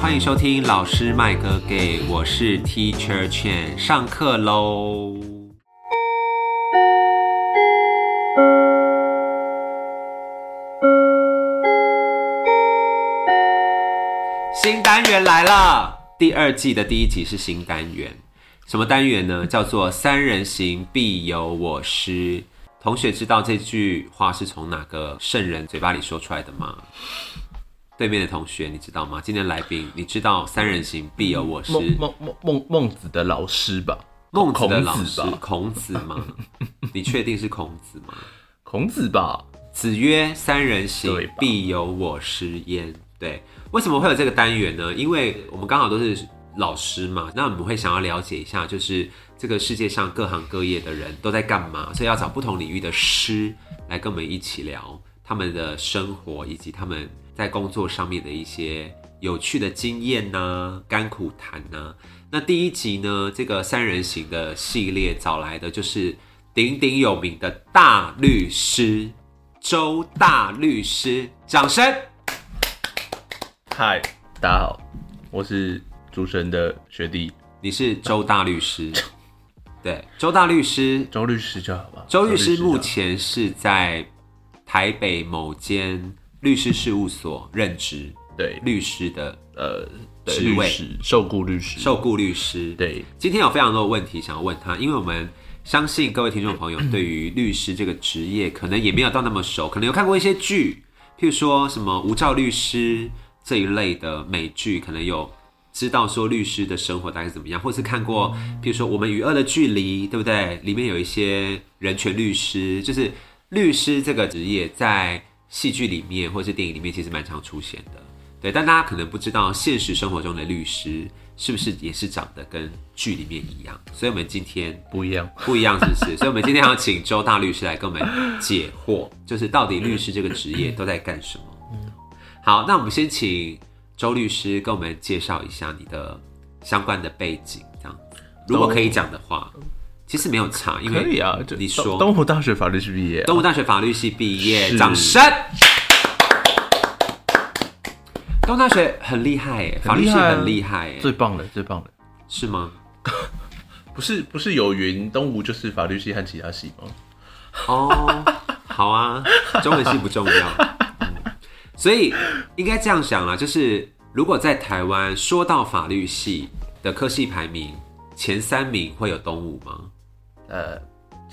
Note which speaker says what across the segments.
Speaker 1: 欢迎收听老师麦哥给，我是 Teacher Chen，上课喽。新单元来了，第二季的第一集是新单元，什么单元呢？叫做“三人行必有我师”。同学知道这句话是从哪个圣人嘴巴里说出来的吗？对面的同学，你知道吗？今天来宾，你知道“三人行必有我师”
Speaker 2: 孟孟孟孟孟子的老师吧？
Speaker 1: 孟子的
Speaker 2: 孔
Speaker 1: 老
Speaker 2: 孔
Speaker 1: 师
Speaker 2: 吧？
Speaker 1: 孔子吗？你确定是孔子吗？
Speaker 2: 孔子吧？
Speaker 1: 子曰：“三人行
Speaker 2: 对吧，
Speaker 1: 必有我师焉。”对，为什么会有这个单元呢？因为我们刚好都是老师嘛，那我们会想要了解一下，就是这个世界上各行各业的人都在干嘛，所以要找不同领域的师来跟我们一起聊他们的生活以及他们在工作上面的一些有趣的经验呐、甘苦谈呐、那第一集呢，这个三人行的系列找来的就是鼎鼎有名的大律师周大律师，掌声。
Speaker 2: 嗨，大家好，我是主持人的学弟
Speaker 1: 你是周大律师， 对，周大律师，
Speaker 2: 周律师就好吧？
Speaker 1: 周律
Speaker 2: 就
Speaker 1: 师啊
Speaker 2: 好
Speaker 1: 目前是在台北某间律师事务所任职
Speaker 2: 对
Speaker 1: 律师的
Speaker 2: 呃对
Speaker 1: 职
Speaker 2: 律
Speaker 1: 位
Speaker 2: 师受雇律师
Speaker 1: 受雇律师，
Speaker 2: 对
Speaker 1: 今天有非常多的问题想要问他，因为我们相信各位听众朋友对于律师这个职业可能也没有到那么熟，可能有看过一些剧，譬如说什么《无照律师》这一类的美剧，可能有知道说律师的生活大概是怎么样，或是看过譬如说《我们与恶的距离》，对不对？里面有一些人权律师，就是律师这个职业在戏剧里面或是电影里面其实蛮常出现的。对，但大家可能不知道，现实生活中的律师是不是也是长得跟剧里面一样？所以我们今天
Speaker 2: 不一样。
Speaker 1: 不一样，是不 是？所以我们今天要请周大律师来跟我们解惑，就是到底律师这个职业都在干什么？好，那我们先请周律师跟我们介绍一下你的相关的背景，这样子，如果可以讲的话，其实没有差，因为
Speaker 2: 嗯可以啊，就
Speaker 1: 你
Speaker 2: 东
Speaker 1: 说
Speaker 2: 东湖大学法律系毕业啊、
Speaker 1: 东吴大学法律系毕业，
Speaker 2: 是
Speaker 1: 掌声。东吴大学很厉害耶，法律系
Speaker 2: 很厉害啊
Speaker 1: 很厉害耶，
Speaker 2: 最棒的，最棒的，
Speaker 1: 是吗？
Speaker 2: 不是不是有云东吴就是法律系和其他系吗？
Speaker 1: 哦，好啊，中文系不重要，嗯、所以应该这样想啦，就是如果在台湾说到法律系的科系排名前三名会有东吴吗
Speaker 2: 呃，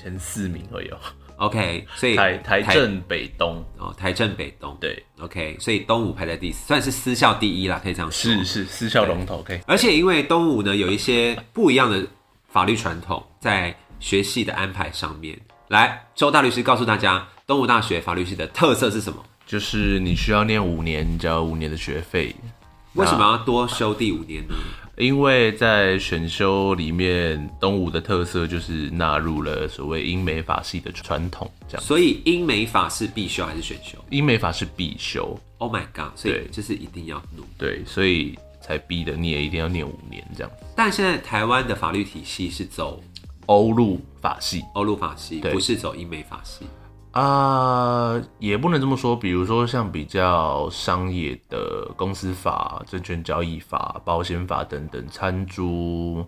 Speaker 2: 前四名而已哦，
Speaker 1: ？OK，所以
Speaker 2: 台台政北东，
Speaker 1: 哦，台政北东
Speaker 2: 对，
Speaker 1: ，OK，所以东吴排在第四，算是私校第一啦，可以这样说。
Speaker 2: 是是私校龙头，OK，
Speaker 1: 而且因为东吴呢有一些不一样的法律传统，在学系的安排上面。来，周大律师告诉大家，东吴大学法律系的特色是什么？
Speaker 2: 就是你需要念五年，交五年的学费，啊
Speaker 1: 为什么要多修第五年呢？
Speaker 2: 因为在选修里面，东吴的特色就是纳入了所谓英美法系的传统，这样。
Speaker 1: 所以英美法是必修还是选修
Speaker 2: 英美哦法是必修，
Speaker 1: ？Oh my god！所以
Speaker 2: 对
Speaker 1: 就是一定要读。
Speaker 2: 对，所以才逼得你也一定要念五年这样。
Speaker 1: 但现在台湾的法律体系是走
Speaker 2: 欧陆法系
Speaker 1: 欧陆法系，
Speaker 2: 对
Speaker 1: 不是走英美法系。
Speaker 2: 啊、也不能这么说，比如说像比较商业的公司法、证券交易法、保险法等等，参诸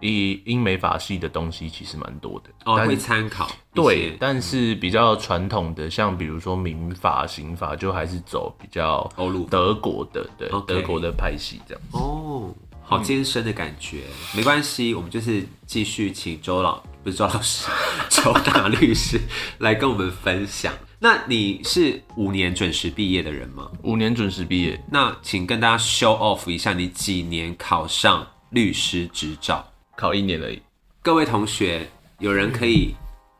Speaker 2: 英英美法系的东西其实蛮多的。
Speaker 1: 哦，
Speaker 2: 但
Speaker 1: 会参考一
Speaker 2: 对
Speaker 1: 些，
Speaker 2: 但是比较传统的，像比如说民法、刑法，就还是走比较
Speaker 1: 欧陆法
Speaker 2: 德国的，对
Speaker 1: OK
Speaker 2: 德国的派系这样。
Speaker 1: 哦，好艰深的感觉。没关系，我们就是继续请周老，不是周老师， 周大律师来跟我们分享。那你是五年准时毕业的人吗？
Speaker 2: 五年准时毕业，
Speaker 1: 那请跟大家 show off 一下，你几年考上律师执照？
Speaker 2: 考一年而已。
Speaker 1: 各位同学，有人可以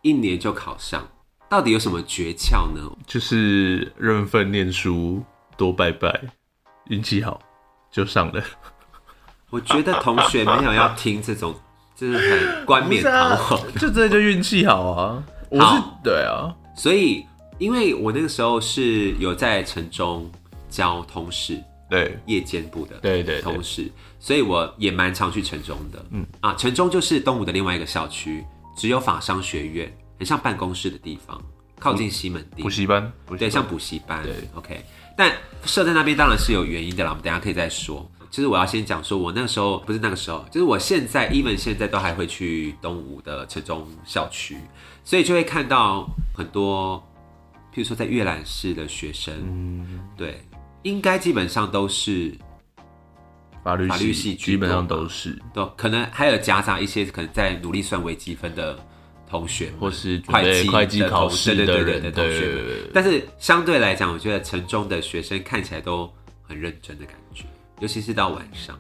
Speaker 1: 一年就考上，到底有什么诀窍呢？
Speaker 2: 就是认份念书，多拜拜，运气好就上了。
Speaker 1: 我觉得同学没有要听这种，就是很冠冕堂皇。
Speaker 2: 就这就运气好啊！我是
Speaker 1: 好
Speaker 2: 对啊，
Speaker 1: 所以，因为我那个时候是有在城中教通事
Speaker 2: 对
Speaker 1: 夜间部的
Speaker 2: 对对对
Speaker 1: 同，事，所以我也蛮常去城中的。嗯啊，城中就是东吴的另外一个校区，只有法商学院，很像办公室的地方，靠近西门町
Speaker 2: 补。习班，补习
Speaker 1: 对，
Speaker 2: 班
Speaker 1: 像补习班。
Speaker 2: 对
Speaker 1: ，OK。但设在那边当然是有原因的啦，我们等一下可以再说。就是我要先讲说，我那个时候不是那个时候，就是我现在 even 现在都还会去东吴的城中校区，所以就会看到很多，譬如说在阅览室的学生，
Speaker 2: 嗯
Speaker 1: 对，应该基本上都是
Speaker 2: 法律
Speaker 1: 法律系居
Speaker 2: 基本上
Speaker 1: 多嘛
Speaker 2: 都是，
Speaker 1: 都可能还有夹杂一些可能在努力算微积分的同学们，
Speaker 2: 或是准
Speaker 1: 会
Speaker 2: 备
Speaker 1: 计
Speaker 2: 会计
Speaker 1: 的
Speaker 2: 考
Speaker 1: 同
Speaker 2: 试
Speaker 1: 对对
Speaker 2: 的
Speaker 1: 对对
Speaker 2: 人，
Speaker 1: 的
Speaker 2: 对
Speaker 1: 同学们。
Speaker 2: 对对
Speaker 1: 但是相对来讲，我觉得城中的学生看起来都很认真的感觉，尤其是到晚上。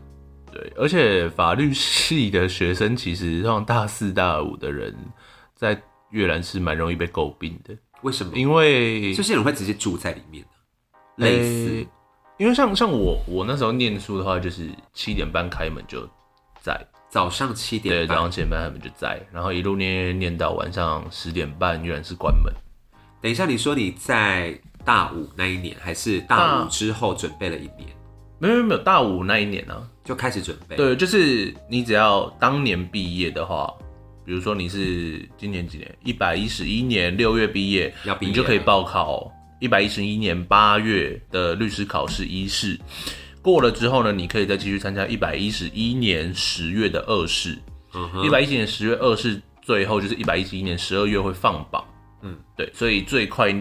Speaker 2: 对，而且法律系的学生其实像大四大五的人，在越南是蛮容易被诟病的，
Speaker 1: 为什么？
Speaker 2: 因为
Speaker 1: 这些人会直接住在里面类似
Speaker 2: 诶
Speaker 1: 呃
Speaker 2: 因为像像我我那时候念书的话，就是七点半开门就在，
Speaker 1: 早上七
Speaker 2: 对，
Speaker 1: 点
Speaker 2: 早
Speaker 1: 半
Speaker 2: 上，七点半开门就在，然后一路念念念到晚上十点半，越南是关门。
Speaker 1: 等一下你说你在大五那一年，还是大
Speaker 2: 大
Speaker 1: 五之后准备了一年
Speaker 2: 没有没有没有，大五那一年啊，
Speaker 1: 就开始准备？，
Speaker 2: 对，就是你只要当年毕业的话，比如说你是今年几年，一百一十一年六月毕业，
Speaker 1: 要毕业
Speaker 2: 你就可以
Speaker 1: 了
Speaker 2: 报考一百一十一年八月的律师考试一试。过了之后呢，你可以再继续参加一百一十一年十月的二试。
Speaker 1: 嗯
Speaker 2: 一
Speaker 1: 哼，
Speaker 2: 百一十年十月二是最后就是一百一十一年十二月会放榜，
Speaker 1: 嗯
Speaker 2: 嗯，对，所以最快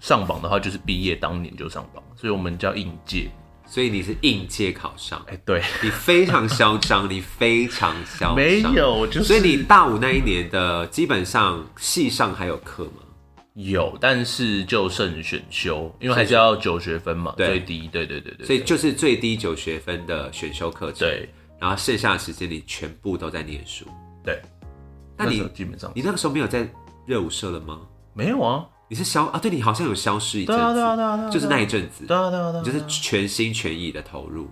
Speaker 2: 上榜的话就是毕业当年就上榜，所以我们叫应届。
Speaker 1: 所以你是应届考上，
Speaker 2: 哎、对，
Speaker 1: 你非常嚣 张，你非常嚣张，
Speaker 2: 没。有，就是
Speaker 1: 所以你大五那一年的基本上系上还有课吗？
Speaker 2: 有，但是就剩选修，因为还是要九学分嘛，
Speaker 1: 对
Speaker 2: 最低，对对对对，
Speaker 1: 所以就是最低九学分的选修课程，
Speaker 2: 对
Speaker 1: 然后剩下的时间你全部都在念书。
Speaker 2: 对，
Speaker 1: 那
Speaker 2: 时
Speaker 1: 你
Speaker 2: 候基本上
Speaker 1: 你那个时候没有在热舞社了吗？
Speaker 2: 没有啊，
Speaker 1: 你是消啊？对，你好像有消失一阵
Speaker 2: 对啊对啊
Speaker 1: 子，
Speaker 2: 对啊对啊，
Speaker 1: 就是那一阵子，
Speaker 2: 对啊对啊对啊，
Speaker 1: 你
Speaker 2: 对
Speaker 1: 就
Speaker 2: 啊
Speaker 1: 是全心全意的投入，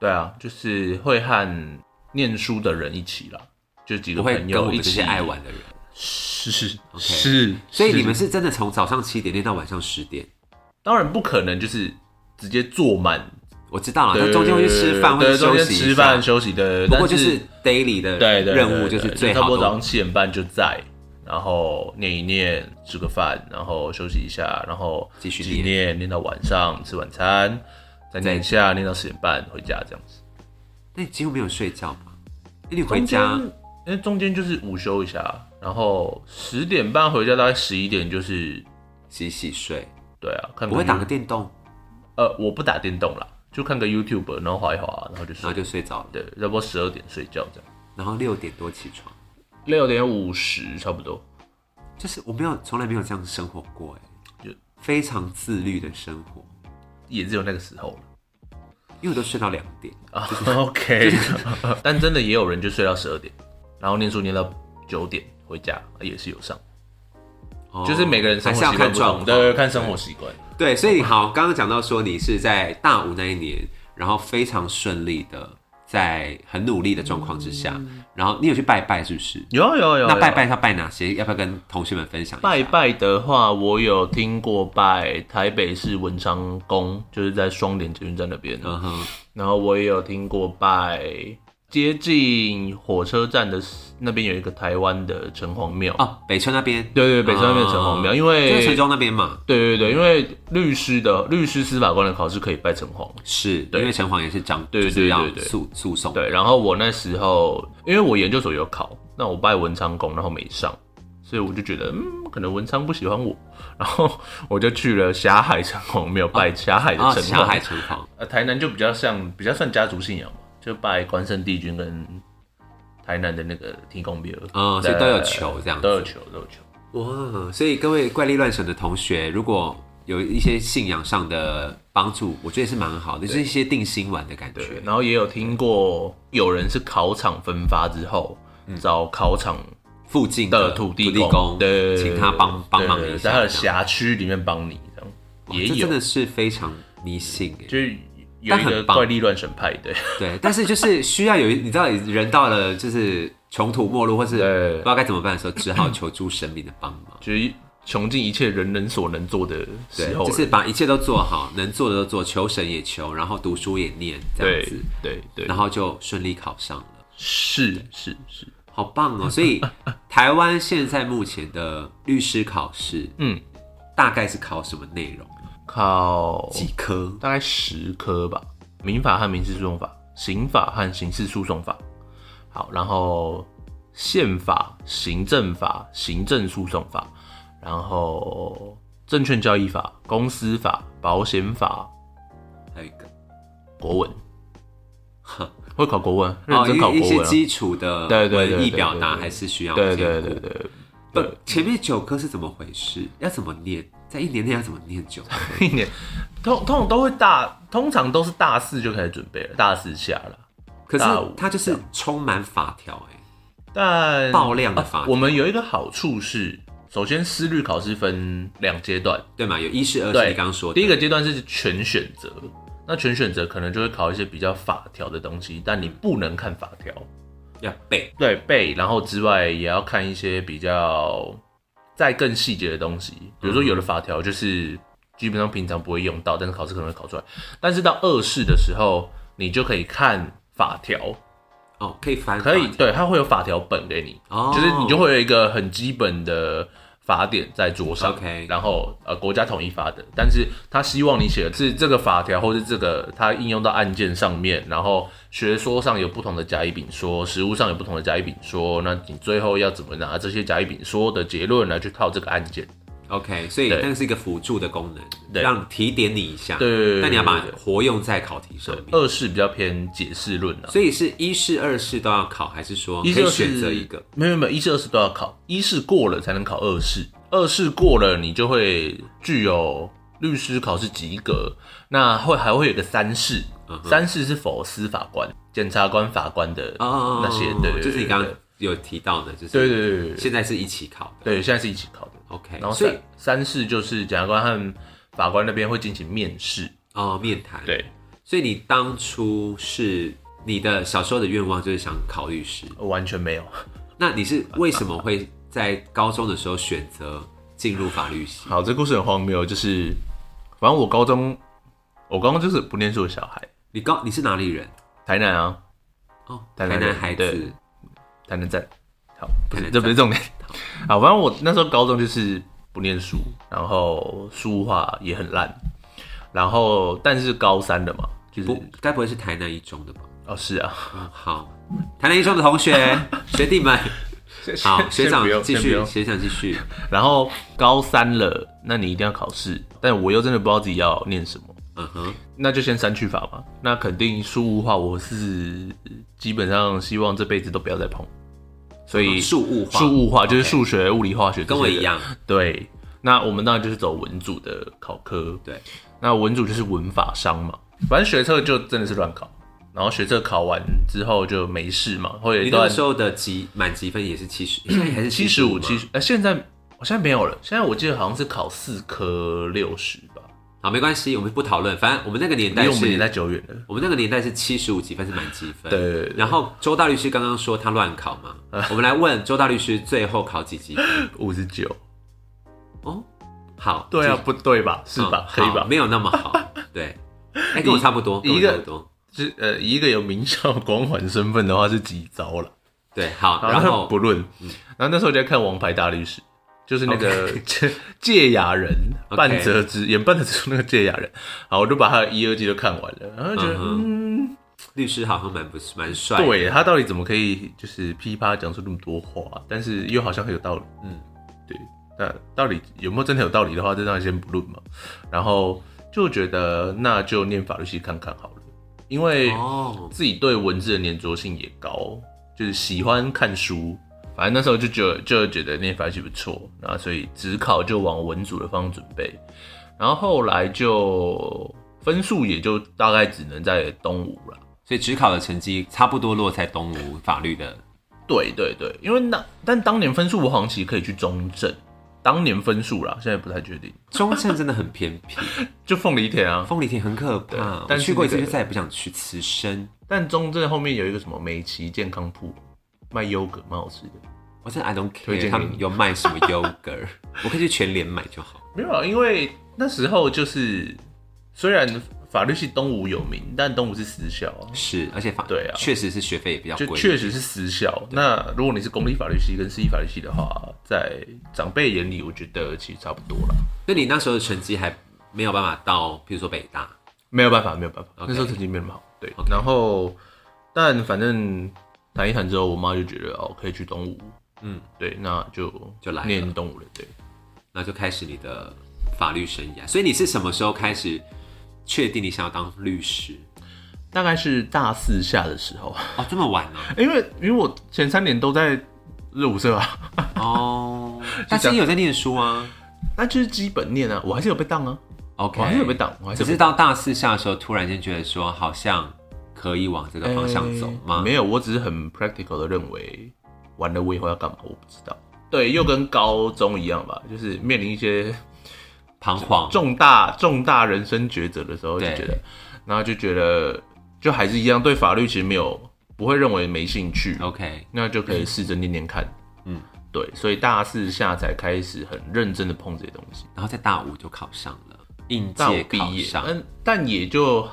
Speaker 2: 对啊，就是会和念书的人一起啦，就几
Speaker 1: 不
Speaker 2: 个
Speaker 1: 会
Speaker 2: 朋
Speaker 1: 跟我
Speaker 2: 友一
Speaker 1: 们这
Speaker 2: 起
Speaker 1: 些爱玩的人。
Speaker 2: 是是
Speaker 1: OK
Speaker 2: 是，
Speaker 1: 所以你们是真的从早上七点练到晚上十点，
Speaker 2: 当然不可能就是直接坐满，
Speaker 1: 我知道了。那
Speaker 2: 对
Speaker 1: 啊中间会去吃饭，会
Speaker 2: 对
Speaker 1: 去
Speaker 2: 中
Speaker 1: 休
Speaker 2: 间
Speaker 1: 息一
Speaker 2: 吃
Speaker 1: 下
Speaker 2: 饭。休息的，
Speaker 1: 不过
Speaker 2: 但
Speaker 1: 就是是 daily 的
Speaker 2: 对对对
Speaker 1: 任务，
Speaker 2: 对
Speaker 1: 就是
Speaker 2: 对
Speaker 1: 最
Speaker 2: 差不
Speaker 1: 好
Speaker 2: 多早
Speaker 1: 都
Speaker 2: 上七点半就在，然后念一念，吃个饭，然后休息一下，然后
Speaker 1: 继续
Speaker 2: 念念念到晚上吃晚餐，再念一下，念到十点半回家这样子。
Speaker 1: 那你几乎没有睡觉吗？那你回家
Speaker 2: 中间，因为中间就是午休一下，然后十点半回家，大概十一点就是
Speaker 1: 洗洗睡，
Speaker 2: 对啊，看
Speaker 1: 不会打个
Speaker 2: You-
Speaker 1: 电动，
Speaker 2: 呃，我不打电动啦，就看个 YouTube，然后滑一滑，然后就
Speaker 1: 然后
Speaker 2: 睡。
Speaker 1: 就睡着了，
Speaker 2: 对，差不多十二点睡觉这样。
Speaker 1: 然后六点多起床。
Speaker 2: 六点五十差不多。
Speaker 1: 就是我没有从来没有这样生活过，哎
Speaker 2: 就，
Speaker 1: 非常自律的生活，
Speaker 2: 也只有那个时候了。
Speaker 1: 因为我都睡到两点，
Speaker 2: 啊、o k 但真的也有人就睡到十二点，然后念书念到九点回家，也是有上，
Speaker 1: 哦
Speaker 2: 就是每个人生
Speaker 1: 还
Speaker 2: 活
Speaker 1: 是要
Speaker 2: 习惯
Speaker 1: 看
Speaker 2: 不
Speaker 1: 状
Speaker 2: 同，
Speaker 1: 况，
Speaker 2: 对，看生活习惯。
Speaker 1: 对，所以你好，刚刚讲到说你是在大五那一年，然后非常顺利的，在很努力的状况之下，然后你有去拜拜是不是？
Speaker 2: 有啊嗯有啊有啊，
Speaker 1: 那拜
Speaker 2: 有啊
Speaker 1: 拜要拜哪些？要不要跟同学们分享一下？
Speaker 2: 拜拜的话，我有听过拜台北市文昌宫，就是在双连捷运站那边，
Speaker 1: 嗯哼，
Speaker 2: 然后我也有听过拜接近火车站的那边有一个台湾的城隍庙。啊
Speaker 1: 哦，北村那边，
Speaker 2: 对对，北车那边的城隍庙，
Speaker 1: 哦
Speaker 2: 因
Speaker 1: 就
Speaker 2: 为
Speaker 1: 是泉州那边嘛，
Speaker 2: 对对对，因为律师的律师司法官的考试可以拜城隍。
Speaker 1: 是因为城隍也是长，
Speaker 2: 对
Speaker 1: 就
Speaker 2: 对
Speaker 1: 是要
Speaker 2: 对对对
Speaker 1: 诉诉讼，
Speaker 2: 对，然后我那时候因为我研究所有考，那我拜文昌宫，然后没上，所以我就觉得嗯，可能文昌不喜欢我，然后我就去了霞海城隍庙拜霞海的
Speaker 1: 啊，
Speaker 2: 城
Speaker 1: 下海
Speaker 2: 隍。
Speaker 1: 城隍，
Speaker 2: 呃，台南就比较像比较算家族信仰嘛，就拜关圣帝君跟台南的那个天公庙。
Speaker 1: 嗯所以都有求这样子
Speaker 2: 都有求，都有求。
Speaker 1: 哇！所以各位怪力乱神的同学，如果有一些信仰上的帮助，我觉得是蛮好的，就是一些定心丸的感
Speaker 2: 对
Speaker 1: 觉，。
Speaker 2: 然后也有听过有人是考场分发之后，找考场
Speaker 1: 附近
Speaker 2: 的
Speaker 1: 土
Speaker 2: 土地
Speaker 1: 公，
Speaker 2: 对，
Speaker 1: 请他帮帮忙一
Speaker 2: 对在
Speaker 1: 下，
Speaker 2: 他的
Speaker 1: 这样
Speaker 2: 辖区里面帮你这样，
Speaker 1: 哇
Speaker 2: 也
Speaker 1: 这真
Speaker 2: 有，
Speaker 1: 的是非常迷信哎。
Speaker 2: 就是有
Speaker 1: 但
Speaker 2: 一
Speaker 1: 很
Speaker 2: 个
Speaker 1: 棒
Speaker 2: 怪力乱神派，对，
Speaker 1: 对，但是就是需要有一，你知道人到了就是穷途末路，或是
Speaker 2: 对
Speaker 1: 不知道该怎么办的时候，只好求助神明的帮忙。
Speaker 2: 就是穷尽一切人人所能做的
Speaker 1: 对
Speaker 2: 时，候了，
Speaker 1: 就是把一切都做好，能做的都做，求神也求，然后读书也念，这样
Speaker 2: 对
Speaker 1: 子，
Speaker 2: 对对
Speaker 1: 然，后就顺利考上了。
Speaker 2: 是是是，
Speaker 1: 好棒 哦！所以台湾现在目前的律师考试
Speaker 2: 嗯，
Speaker 1: 大概是考什么内容？
Speaker 2: 考
Speaker 1: 几科？
Speaker 2: 大概十科吧，民法和民事诉讼法刑法和刑事诉讼法。好，然后宪法、行政法、行政诉讼法，然后证券交易法、公司法、保险法、
Speaker 1: 还有一个
Speaker 2: 国文。会考国文，认
Speaker 1: 哦，
Speaker 2: 真考
Speaker 1: 一一
Speaker 2: 国
Speaker 1: 些
Speaker 2: 文啊、
Speaker 1: 基础的
Speaker 2: 对对对
Speaker 1: 文艺
Speaker 2: 对
Speaker 1: 表
Speaker 2: 对
Speaker 1: 达
Speaker 2: 对
Speaker 1: 还是需要
Speaker 2: 对
Speaker 1: 兼
Speaker 2: 对
Speaker 1: 顾
Speaker 2: 对对，
Speaker 1: 不，前面九科是怎么回事？要怎么念？在一年内要怎么念 九科？
Speaker 2: 一年通通常都会大，通常都是大四就开始准备了，大四下了。
Speaker 1: 可是
Speaker 2: 大五
Speaker 1: 它就是充满法条哎、
Speaker 2: 但
Speaker 1: 爆量的法
Speaker 2: 啊我们有一个好处是，首先思律考试分两阶段，
Speaker 1: 对嘛？有一是二是
Speaker 2: 对，
Speaker 1: 你刚刚说的
Speaker 2: 第一个阶段是全选择，那全选择可能就会考一些比较法条的东西，但你不能看法条，
Speaker 1: 要背，
Speaker 2: 对背，然后之外也要看一些比较再更细节的东西，比如说有的法条就是基本上平常不会用到，但是考试可能会考出来，但是到二试的时候，你就可以看法条，
Speaker 1: 哦，可以翻
Speaker 2: 可以
Speaker 1: 法，
Speaker 2: 对，它会有法条本给你，
Speaker 1: 哦
Speaker 2: 就是你就会有一个很基本的法典在桌上
Speaker 1: OK
Speaker 2: 然后呃国家统一法的，但是他希望你写的是这个法条，或是这个它应用到案件上面，然后学说上有不同的甲乙丙说，实务上有不同的甲乙丙说，那你最后要怎么拿这些甲乙丙说的结论来去套这个案件？
Speaker 1: OK，所以
Speaker 2: 对
Speaker 1: 那个是一个辅助的功能，
Speaker 2: 对
Speaker 1: 让提点你一下。
Speaker 2: 对对对
Speaker 1: 但你要把
Speaker 2: 对对对
Speaker 1: 活用在考题上面。
Speaker 2: 二是比较偏解释论啊，
Speaker 1: 所以是一试、二试都要考，还是说可
Speaker 2: 一是
Speaker 1: 以
Speaker 2: 二
Speaker 1: 选
Speaker 2: 是
Speaker 1: 择一个？，
Speaker 2: 没有没有，一试二试都要考，一试过了才能考二试，二试过了你就会具有律师考试及格，那会还会有个三试，三试是否司法官、检察官、法官的
Speaker 1: 哦，
Speaker 2: 那些，对对，
Speaker 1: 就是你
Speaker 2: 对
Speaker 1: 刚
Speaker 2: 对
Speaker 1: 刚有提到的，就是
Speaker 2: 对对对对对
Speaker 1: 现在是一起考的。
Speaker 2: 对，现在是一起考的，
Speaker 1: OK，
Speaker 2: 然后
Speaker 1: 所以
Speaker 2: 三三试就是检察官和法官那边会进行面试，
Speaker 1: 哦，面谈。
Speaker 2: 对
Speaker 1: 所以你当初是你的小时候的愿望就是想考律师，
Speaker 2: 完全没有。
Speaker 1: 那你是为什么会在高中的时候选择进入法律系？
Speaker 2: 好，这故事很荒谬，就是反正我高中我高中就是不念书的小孩，
Speaker 1: 你高你是哪里人？
Speaker 2: 台南啊。
Speaker 1: 哦，台
Speaker 2: 台南
Speaker 1: 南
Speaker 2: 人
Speaker 1: 孩子
Speaker 2: 对。台南站。好，不
Speaker 1: 台南站
Speaker 2: 是，这不是重点。好，反正我那时候高中就是不念书，然后书画也很烂，然后但是高三的嘛，就是
Speaker 1: 不，该不会是台南一中的吧？
Speaker 2: 哦是啊，
Speaker 1: 嗯，好，台南一中的同学 学弟们，好，学长继续，学长继续。
Speaker 2: 然后高三了，那你一定要考试，但我又真的不知道自己要念什么。
Speaker 1: 嗯哼，
Speaker 2: 那就先删去法嘛。那肯定书画我是基本上希望这辈子都不要再碰，所以
Speaker 1: 哦什么数物化
Speaker 2: 数物化就是
Speaker 1: OK
Speaker 2: 数学、物理、化学，
Speaker 1: 跟我一。样，
Speaker 2: 对，那我们当然就是走文组的考科。
Speaker 1: 对，
Speaker 2: 那文组就是文法商嘛，反正学测就真的是乱考，然后学测考完之后就没事嘛，会有
Speaker 1: 你
Speaker 2: 一
Speaker 1: 那个
Speaker 2: 段
Speaker 1: 时候的积满积分也是七十，现在还是
Speaker 2: 七十五、
Speaker 1: 吗
Speaker 2: 七十，呃，现在我现在没有了，现在我记得好像是考四科六十吧，
Speaker 1: 好，没关系，我们不讨论，反正我们那个年代
Speaker 2: 离
Speaker 1: 是
Speaker 2: 我们年代久远了。
Speaker 1: 我们那个年代是七十五几分是满积分，
Speaker 2: 对啊对对
Speaker 1: 然后周大律师刚刚说他乱考嘛，我们来问周大律师最后考几积分？
Speaker 2: 五十九，
Speaker 1: 哦，好，
Speaker 2: 对啊，
Speaker 1: 继续，
Speaker 2: 不对吧？是吧？
Speaker 1: 嗯
Speaker 2: 可以
Speaker 1: 好
Speaker 2: 吧？
Speaker 1: 没有那么好，对，哎，跟我差不多，跟我
Speaker 2: 一个
Speaker 1: 差不多，
Speaker 2: 是呃，以一个有名校光环身份的话是几招了。
Speaker 1: 对，好，
Speaker 2: 好
Speaker 1: 然
Speaker 2: 那
Speaker 1: 后嗯
Speaker 2: 不论，然后那时候我就在看《王牌大律师》，就是那个 芥芥雅人
Speaker 1: OK
Speaker 2: 半泽直演半泽直树那个芥雅人，好，我就把他的一二季都看完了，然后就觉得
Speaker 1: 嗯
Speaker 2: 嗯，
Speaker 1: 律师好像蛮不蛮帅，，
Speaker 2: 对他到底怎么可以就是噼啪讲出那么多话，但是又好像很有道理，
Speaker 1: 嗯，
Speaker 2: 对，那到底有没有真的有道理的话，这当然先不论嘛。然后就觉得那就念法律系看看好了，因为
Speaker 1: 哦，
Speaker 2: 自己对文字的粘着性也高，就是喜欢看书。反正那时候就觉得就觉得念法律系不错，然后所以只考就往文组的方向准备，然后后来就分数也就大概只能在东吴了。
Speaker 1: 所以职考的成绩差不多落在东吴法律 的，
Speaker 2: 对对对，因为那但当年分数我好像其实可以去中正，当年分数啦，现在不太确定。
Speaker 1: 中正真的很偏僻，
Speaker 2: 就凤梨田啊，
Speaker 1: 凤梨田很可怕，我
Speaker 2: 但是
Speaker 1: 去过一
Speaker 2: 那
Speaker 1: 次
Speaker 2: 个
Speaker 1: 就再也不想去，此生。
Speaker 2: 但中正后面有一个什么美琪健康铺，卖优格，蛮好吃的。
Speaker 1: 我真的 I don't
Speaker 2: 推
Speaker 1: care，
Speaker 2: 荐
Speaker 1: 他
Speaker 2: 给
Speaker 1: 们
Speaker 2: 你
Speaker 1: 有卖什么 yogurt，我可 以去全联买就好。
Speaker 2: 没有啊，因为那时候就是虽然法律系东吴有名，但东吴是私校啊，
Speaker 1: 是，而且法
Speaker 2: 对啊
Speaker 1: 确实是学费也比较
Speaker 2: 就
Speaker 1: 贵。
Speaker 2: 确实是私校。那如果你是公立法律系跟私立法律系的话，在长辈眼里，我觉得其实差不多了。
Speaker 1: 那你那时候的成绩还没有办法到，比如说北大，
Speaker 2: 没有办法，没有办法
Speaker 1: OK
Speaker 2: 那时候成绩没那么好。对然后但反正谈一谈之后，我妈就觉得哦，可以去东吴，嗯，对，那就
Speaker 1: 就来了
Speaker 2: 念东吴了，对。
Speaker 1: 那就开始你的法律生涯。所以你是什么时候开始确定你想要当律师？
Speaker 2: 大概是大四下的时候，
Speaker 1: 哦，这么晚呢、
Speaker 2: 因为因为我前三年都在热舞社啊，
Speaker 1: 哦，但是你有在念书啊
Speaker 2: 那就是基本念啊，我还是有被当啊，
Speaker 1: ？OK，
Speaker 2: 我还是有被当，我还是
Speaker 1: 只
Speaker 2: 有被
Speaker 1: 是到大四下的时候，突然间觉得说好像可以往这个方向走吗？
Speaker 2: 哎没有，我只是很 practical 的认为，完了我以后要干嘛我不知道。对，又跟高中一样吧，
Speaker 1: 嗯
Speaker 2: 就是面临一些
Speaker 1: 彷徨，
Speaker 2: 重大重大人生抉择的时候，就
Speaker 1: 对
Speaker 2: 觉得，然后就觉得，就还是一样，对法律其实没有不会认为没兴趣，
Speaker 1: OK，
Speaker 2: 那就可以试着念念看。
Speaker 1: 哦嗯，
Speaker 2: 对，所以大四下才开始很认真的碰这些东西，
Speaker 1: 然后在大五就考上了，应
Speaker 2: 但
Speaker 1: 届
Speaker 2: 我毕
Speaker 1: 考
Speaker 2: 业，
Speaker 1: 上。
Speaker 2: 嗯，但也就，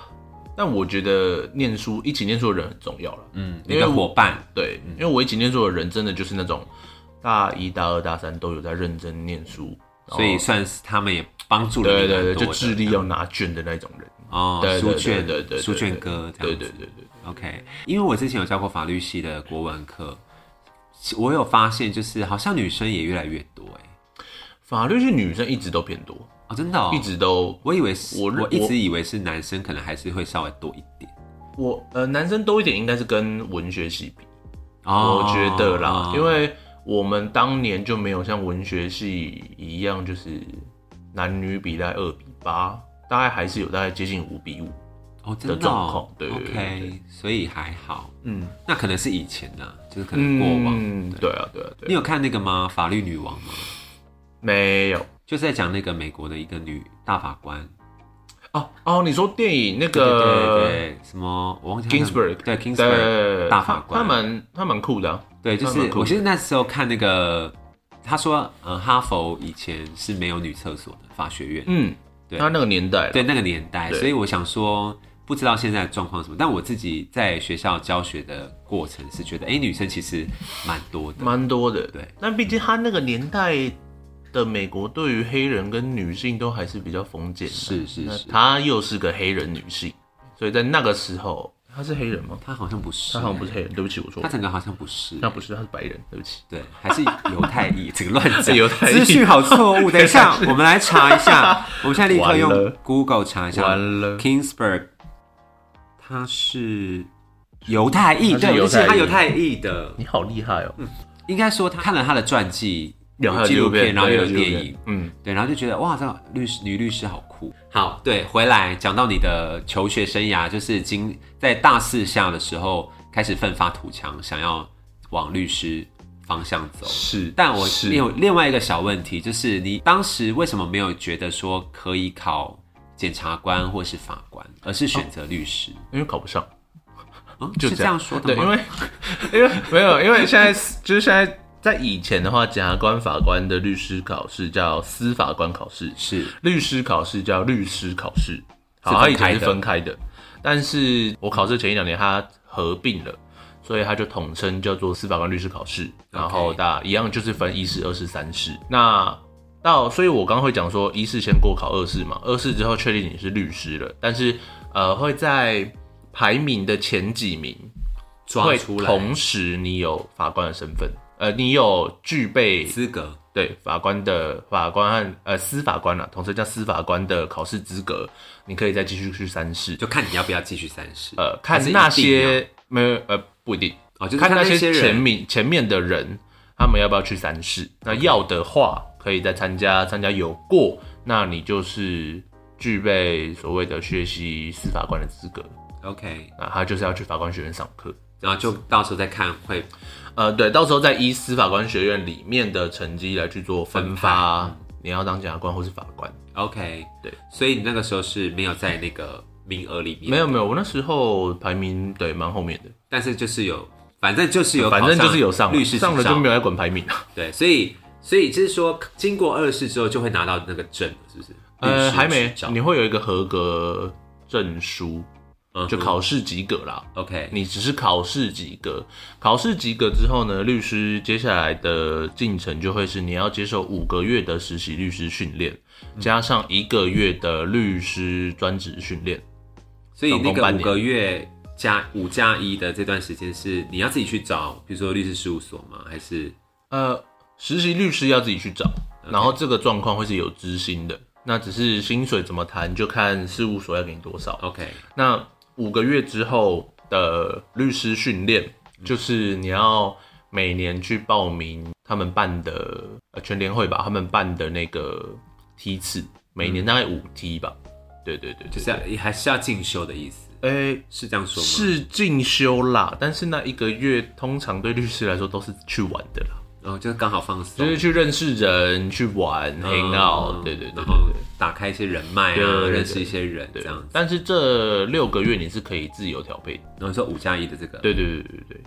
Speaker 2: 但我觉得念书一起念书的人很重要了。
Speaker 1: 嗯，你
Speaker 2: 因为
Speaker 1: 的
Speaker 2: 我
Speaker 1: 伙伴
Speaker 2: 对，因为我一起念书的人，真的就是那种大一、大二、大三都有在认真念书，然后
Speaker 1: 所以算是他们也帮助了
Speaker 2: 哦对
Speaker 1: 你
Speaker 2: 对对，
Speaker 1: 很多
Speaker 2: 就
Speaker 1: 的嗯
Speaker 2: 智力要拿卷的那种人。
Speaker 1: 哦
Speaker 2: 对，对
Speaker 1: 书
Speaker 2: 对
Speaker 1: 卷
Speaker 2: 对对对
Speaker 1: 书
Speaker 2: 对
Speaker 1: 卷
Speaker 2: 对
Speaker 1: 哥这
Speaker 2: 对
Speaker 1: 样
Speaker 2: 对
Speaker 1: 子。
Speaker 2: 对对，
Speaker 1: OK，因为我之前有教过法律系的国文课，我有发现就是好像女生也越来越多哎、
Speaker 2: 法律系女生一直都偏多，
Speaker 1: 哦真的哦，
Speaker 2: 一直都
Speaker 1: 我以为是
Speaker 2: 我
Speaker 1: 我
Speaker 2: 认
Speaker 1: 一
Speaker 2: 我
Speaker 1: 直以为是男生可能还是会稍微多一点。
Speaker 2: 我呃男生多一点，应该是跟文学系比，
Speaker 1: 哦
Speaker 2: 我觉得啦
Speaker 1: 哦，
Speaker 2: 因为我们当年就没有像文学系一样，就是男女比在二比八，大概还是有大概接近五比五。
Speaker 1: 哦真
Speaker 2: 的
Speaker 1: 的
Speaker 2: 状
Speaker 1: 哦
Speaker 2: 况对对对
Speaker 1: OK，所以还好，
Speaker 2: 嗯
Speaker 1: 那可能是以前呢、就是可能过往。
Speaker 2: 嗯对啊对啊
Speaker 1: 你
Speaker 2: 对啊，
Speaker 1: 有看那个吗？法律女王吗？
Speaker 2: 没有。
Speaker 1: 就是在讲那个美国的一个女大法官，
Speaker 2: 哦哦，你说电影那
Speaker 1: 对对
Speaker 2: 个
Speaker 1: 对，什么我忘记她的
Speaker 2: Ginsburg，
Speaker 1: 对 Kingsburg，大法官
Speaker 2: 他他蛮他蛮酷的啊、
Speaker 1: 对，就
Speaker 2: 那
Speaker 1: 是
Speaker 2: 蛮酷的
Speaker 1: 我其实那时候看那个，他说，呃，哈佛以前是没有女厕所的法学院，
Speaker 2: 嗯，
Speaker 1: 对
Speaker 2: 他那个年代啦，
Speaker 1: 对那个年代，
Speaker 2: 对
Speaker 1: 所以我想说，不知道现在的状况是什么，但我自己在学校教学的过程是觉得，哎、女生其实蛮多的，
Speaker 2: 蛮多的，
Speaker 1: 对。
Speaker 2: 但毕竟他那个年代的美国，对于黑人跟女性都还是比较封建的，
Speaker 1: 是是
Speaker 2: 那
Speaker 1: 是，
Speaker 2: 她又是个黑人女性，所以在那个时候，她是黑人吗？
Speaker 1: 她好像不是，
Speaker 2: 她好像不是，黑人，对不起，我错
Speaker 1: 她
Speaker 2: 了，
Speaker 1: 整个好像不是，
Speaker 2: 那不是，她是白人，对不起。
Speaker 1: 对，还是犹太裔，这个乱 讲，
Speaker 2: 犹太裔
Speaker 1: 资讯好错 误。等一下，我们来查一下，我们现在立刻
Speaker 2: 完
Speaker 1: 用
Speaker 2: 了
Speaker 1: Google 查一下。
Speaker 2: 完了
Speaker 1: Kingsburg，他是犹太裔，
Speaker 2: 他是
Speaker 1: 对，
Speaker 2: 犹
Speaker 1: 我
Speaker 2: 太裔
Speaker 1: 是他犹太裔的。
Speaker 2: 你好厉害哦！
Speaker 1: 应该说，他看了他的传记、
Speaker 2: 还有
Speaker 1: 纪录片，然后
Speaker 2: 对
Speaker 1: 又有
Speaker 2: 纪录片
Speaker 1: 电影，
Speaker 2: 嗯，
Speaker 1: 对，然后就觉得哇，这律师女律师好酷。好，对，回来讲到你的求学生涯，就是经在大四下的时候开始奋发图强，想要往律师方向走。
Speaker 2: 是。
Speaker 1: 但我
Speaker 2: 是
Speaker 1: 有另外一个小问题，就是你当时为什么没有觉得说可以考检察官或是法官，而是选择律师？
Speaker 2: 因为考不上，
Speaker 1: 嗯，
Speaker 2: 就是
Speaker 1: 这
Speaker 2: 这
Speaker 1: 样
Speaker 2: 样
Speaker 1: 说的
Speaker 2: 对，
Speaker 1: 吗？
Speaker 2: 因为因为 没有，因为现在就是现在在以前的话，检察官、法官的律师考试叫司法官考试，
Speaker 1: 是
Speaker 2: 律师考试叫律师考试。好，
Speaker 1: 是
Speaker 2: 它
Speaker 1: 分
Speaker 2: 以
Speaker 1: 开
Speaker 2: 前是
Speaker 1: 的
Speaker 2: 分开的，但是我考试前一两年它合并了，所以它就统称叫做司法官律师考试。然后
Speaker 1: OK
Speaker 2: 大家一样就是分一试、二试、三试。那到，所以我刚刚会讲说，一试先过考二试嘛，二试之后确定你是律师了，但是呃会在排名的前几名
Speaker 1: 抓
Speaker 2: 会
Speaker 1: 出来
Speaker 2: 同时你有法官的身份，呃，你有具备
Speaker 1: 资格
Speaker 2: 对法官的法官和呃司法官啊，统称叫司法官的考试资格，你可以再继续去三试，
Speaker 1: 就看你要不要继续三试。
Speaker 2: 呃，
Speaker 1: 还是
Speaker 2: 看
Speaker 1: 一
Speaker 2: 那
Speaker 1: 定
Speaker 2: 些没有呃不一定，
Speaker 1: 哦，就是
Speaker 2: 看那些
Speaker 1: 些
Speaker 2: 前
Speaker 1: 人
Speaker 2: 面前面的人他们要不要去三试，那要的话可以再参加，参加有过，那你就是具备所谓的学习司法官的资格，
Speaker 1: OK，
Speaker 2: 那他就是要去法官学院上课。
Speaker 1: 然后就到时候再看会
Speaker 2: 呃，对，到时候再依司法官学院里面的成绩来去做分发，你要当检察官或是法官。
Speaker 1: OK。
Speaker 2: 对，
Speaker 1: 所以你那个时候是没有在那个名额里面，
Speaker 2: 没有，没有，我那时候排名对蛮后面的，
Speaker 1: 但是就是有，反正就是有考，
Speaker 2: 反正就是有上了
Speaker 1: 律师执
Speaker 2: 上了就
Speaker 1: 照
Speaker 2: 没有来 管排名了。
Speaker 1: 对，所以所以就是说，经过二试之后就会拿到那个证了，是不是？律
Speaker 2: 呃，
Speaker 1: 师
Speaker 2: 还没
Speaker 1: 执照，
Speaker 2: 你会有一个合格证书，
Speaker 1: 嗯
Speaker 2: 就
Speaker 1: 哼
Speaker 2: 考试及格啦。
Speaker 1: OK，
Speaker 2: 你只是考试及格，考试及格之后呢，律师接下来的进程就会是你要接受五个月的实习律师训练，加上一个月的律师专职训练。
Speaker 1: 所以
Speaker 2: 总
Speaker 1: 那
Speaker 2: 共
Speaker 1: 个
Speaker 2: 半
Speaker 1: 五
Speaker 2: 年
Speaker 1: 个月加五加一的这段时间是你要自己去找，比如说律师事务所吗？还是
Speaker 2: 呃，实习律师要自己去找，然后这个状况会是有知心的，那只是薪水怎么谈就看事务所要给你多少。
Speaker 1: OK
Speaker 2: 那五个月之后的律师训练，就是你要每年去报名他们办的呃全联会吧，他们办的那个梯次，每年大概五梯吧。对对对，
Speaker 1: 就
Speaker 2: 就是
Speaker 1: 要还是要进修的意思？
Speaker 2: 诶、
Speaker 1: 是这样说吗？
Speaker 2: 是进修啦，但是那一个月通常对律师来说都是去玩的啦，
Speaker 1: 然后、哦就是刚好放松，
Speaker 2: 就是去认识人、去玩、hang
Speaker 1: 嗯
Speaker 2: out，对对对对
Speaker 1: 然后
Speaker 2: 对。
Speaker 1: 打开一些人脉啊，
Speaker 2: 对对对
Speaker 1: 认识一些人这样子。
Speaker 2: 但是这六个月你是可以自由调配的，
Speaker 1: 然后说五加一的这个，
Speaker 2: 对对对对对。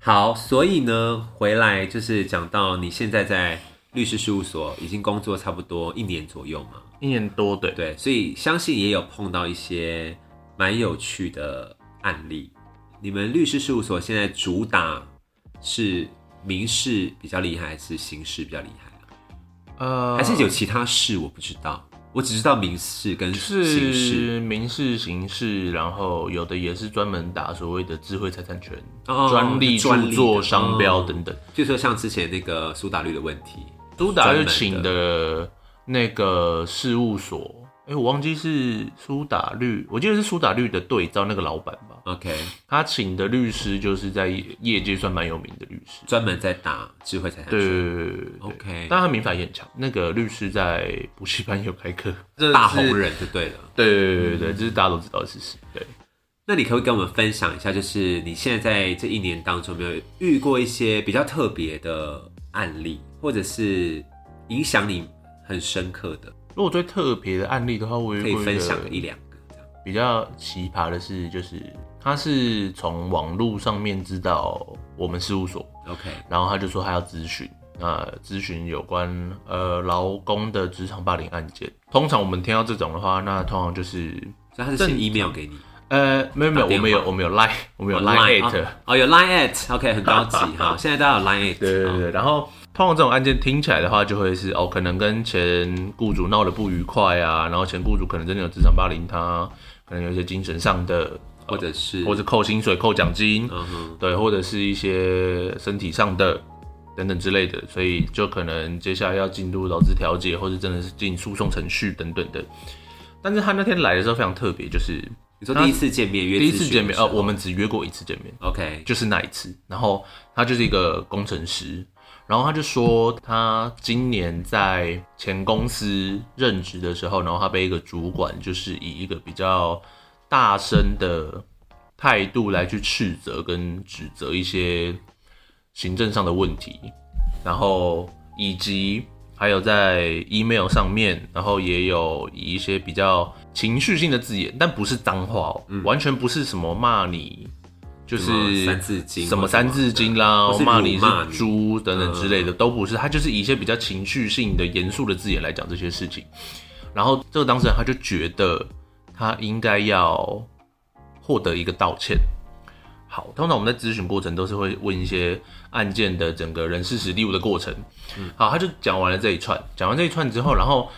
Speaker 1: 好，所以呢，回来就是讲到你现在在律师事务所已经工作差不多一年左右嘛，
Speaker 2: 一年多，对，
Speaker 1: 对，所以相信也有碰到一些蛮有趣的案例。你们律师事务所现在主打是民事比较厉害，还是刑事比较厉害啊？
Speaker 2: 呃，
Speaker 1: 还是有其他事我不知道，我只知道民事跟刑事。
Speaker 2: 是民事、刑事，然后有的也是专门打所谓的智慧财产权、
Speaker 1: 哦
Speaker 2: 专利、
Speaker 1: 专利
Speaker 2: 著
Speaker 1: 的
Speaker 2: 作、商标
Speaker 1: 哦
Speaker 2: 等等。
Speaker 1: 就说像之前那个苏打绿的问题，
Speaker 2: 苏打
Speaker 1: 专门
Speaker 2: 绿
Speaker 1: 的
Speaker 2: 请的那个事务所，哎、我忘记是苏打绿，我记得是苏打绿的对照那个老板吧，
Speaker 1: ，OK，
Speaker 2: 他请的律师就是在业业界算蛮有名的律师。
Speaker 1: 专门在打智慧财产
Speaker 2: 对
Speaker 1: 权。
Speaker 2: 对对对
Speaker 1: OK
Speaker 2: 但他民法也很强。那个律师在补习班有开课，
Speaker 1: 大红。人就对了。
Speaker 2: 对对对对对，这是大家都知道的事实。对，
Speaker 1: 那你可不可以跟我们分享一下，就是你现在在这一年当中，有没有遇过一些比较特别的案例，或者是影响你很深刻的，
Speaker 2: 如果最特别的案例的话，我有
Speaker 1: 可以
Speaker 2: 过一
Speaker 1: 分
Speaker 2: 个
Speaker 1: 享一两个这样？
Speaker 2: 比较奇葩的是，就是他是从网络上面知道我们事务所，
Speaker 1: OK，
Speaker 2: 然后他就说他要咨询，那咨询有关呃劳工的职场霸凌案件。通常我们听到这种的话，那通常就是
Speaker 1: 所以他是写
Speaker 2: 正
Speaker 1: email 给你，
Speaker 2: 呃没有没有，
Speaker 1: 打电话
Speaker 2: 我们有我们有 line，我们有
Speaker 1: 哦
Speaker 2: line 啊 at，、
Speaker 1: 哦哦，有 line at，OK，、很高 级哈，现在大家有 line at，哦
Speaker 2: 对对对对，然后通常这种案件听起来的话，就会是哦，可能跟前雇主闹得不愉快啊，然后前雇主可能真的有职场霸凌他，可能有一些精神上的，
Speaker 1: 或者是
Speaker 2: 或者扣薪水、扣奖金，
Speaker 1: 嗯哼，
Speaker 2: 对，或者是一些身体上的等等之类的，所以就可能接下来要进入劳资调解，或者真的是进诉讼程序等等的。但是他那天来的时候非常特别，就是
Speaker 1: 你说第一次见面约
Speaker 2: 第
Speaker 1: 咨
Speaker 2: 一次
Speaker 1: 询
Speaker 2: 见面，
Speaker 1: 的时
Speaker 2: 呃，
Speaker 1: 候
Speaker 2: 我们只约过一次见面，
Speaker 1: OK，
Speaker 2: 就是那一次。然后他就是一个工程师，然后他就说他今年在前公司任职的时候，然后他被一个主管就是以一个比较大声的态度来去斥责跟指责一些行政上的问题，然后以及。还有在 email 上面，然后也有以一些比较情绪性的字眼，但不是脏话哦，完全不是什么骂你，就
Speaker 1: 嗯什么
Speaker 2: 是
Speaker 1: 三字经
Speaker 2: 什
Speaker 1: 或
Speaker 2: 么
Speaker 1: 什么
Speaker 2: 三字经啦
Speaker 1: 或是，辱
Speaker 2: 骂你
Speaker 1: 骂你嗯
Speaker 2: 是猪等等之类的，都不是，他就是以一些比较情绪性的、严肃的字眼来讲这些事情。然后这个当事人他就觉得他应该要获得一个道歉。好，通常我们在咨询过程都是会问一些案件的整个人事实地物的过程。
Speaker 1: 嗯
Speaker 2: 好，他就讲完了这一串，讲完这一串之后，然后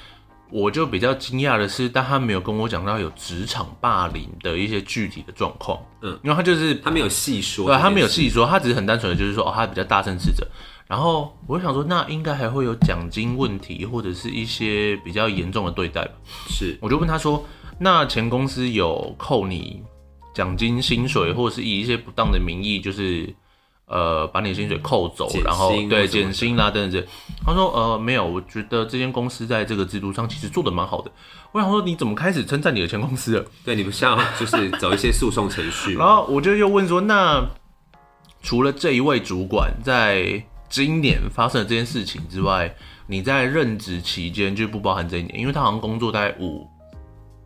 Speaker 2: 我就比较惊讶的是，但他没有跟我讲到有职场霸凌的一些具体的状况。
Speaker 1: 嗯
Speaker 2: 嗯，因为他就是
Speaker 1: 他没有细说，
Speaker 2: 对，他没有细说，他只是很单纯的就是说，哦，他比较大声斥责。然后我就想说，那应该还会有奖金问题，或者是一些比较严重的对待吧。
Speaker 1: 是
Speaker 2: 我就问他说，那前公司有扣你奖金、薪水，或者是以一些不当的名义，就是呃把你的薪水扣走
Speaker 1: 减，
Speaker 2: 然后
Speaker 1: 薪或什么
Speaker 2: 对
Speaker 1: 的
Speaker 2: 减薪啦、等等这。他说呃没有，我觉得这间公司在这个制度上其实做的蛮好的。我想说你怎么开始称赞你的前公司了？
Speaker 1: 对，你不像就是走一些诉讼程序
Speaker 2: 然后我就又问说，那除了这一位主管在今年发生的这件事情之外，你在任职期间就不包含这一年，因为他好像工作大概五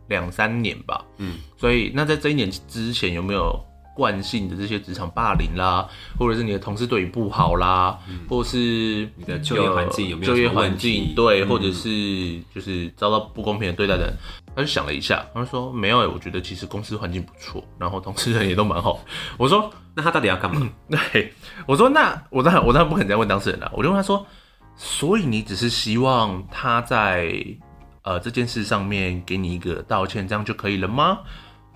Speaker 2: 两三年吧，
Speaker 1: 嗯
Speaker 2: 嗯，所以那在这一年之前有没有惯性的这些职场霸凌啦，或者是你的同事对你不好啦，或是
Speaker 1: 嗯你的就业环境有没有
Speaker 2: 就业
Speaker 1: 什么问
Speaker 2: 环境
Speaker 1: 题
Speaker 2: 对，
Speaker 1: 嗯
Speaker 2: 或者是就是遭到不公平的对待的人，他就想了一下，他就说没有、欸，我觉得其实公司环境不错，然后同事人也都蛮好。我说
Speaker 1: 那他到底要干嘛？
Speaker 2: 对，我说那我当然我当然不可能再问当事人啊了，我就问他说，所以你只是希望他在呃这件事上面给你一个道歉，这样就可以了吗？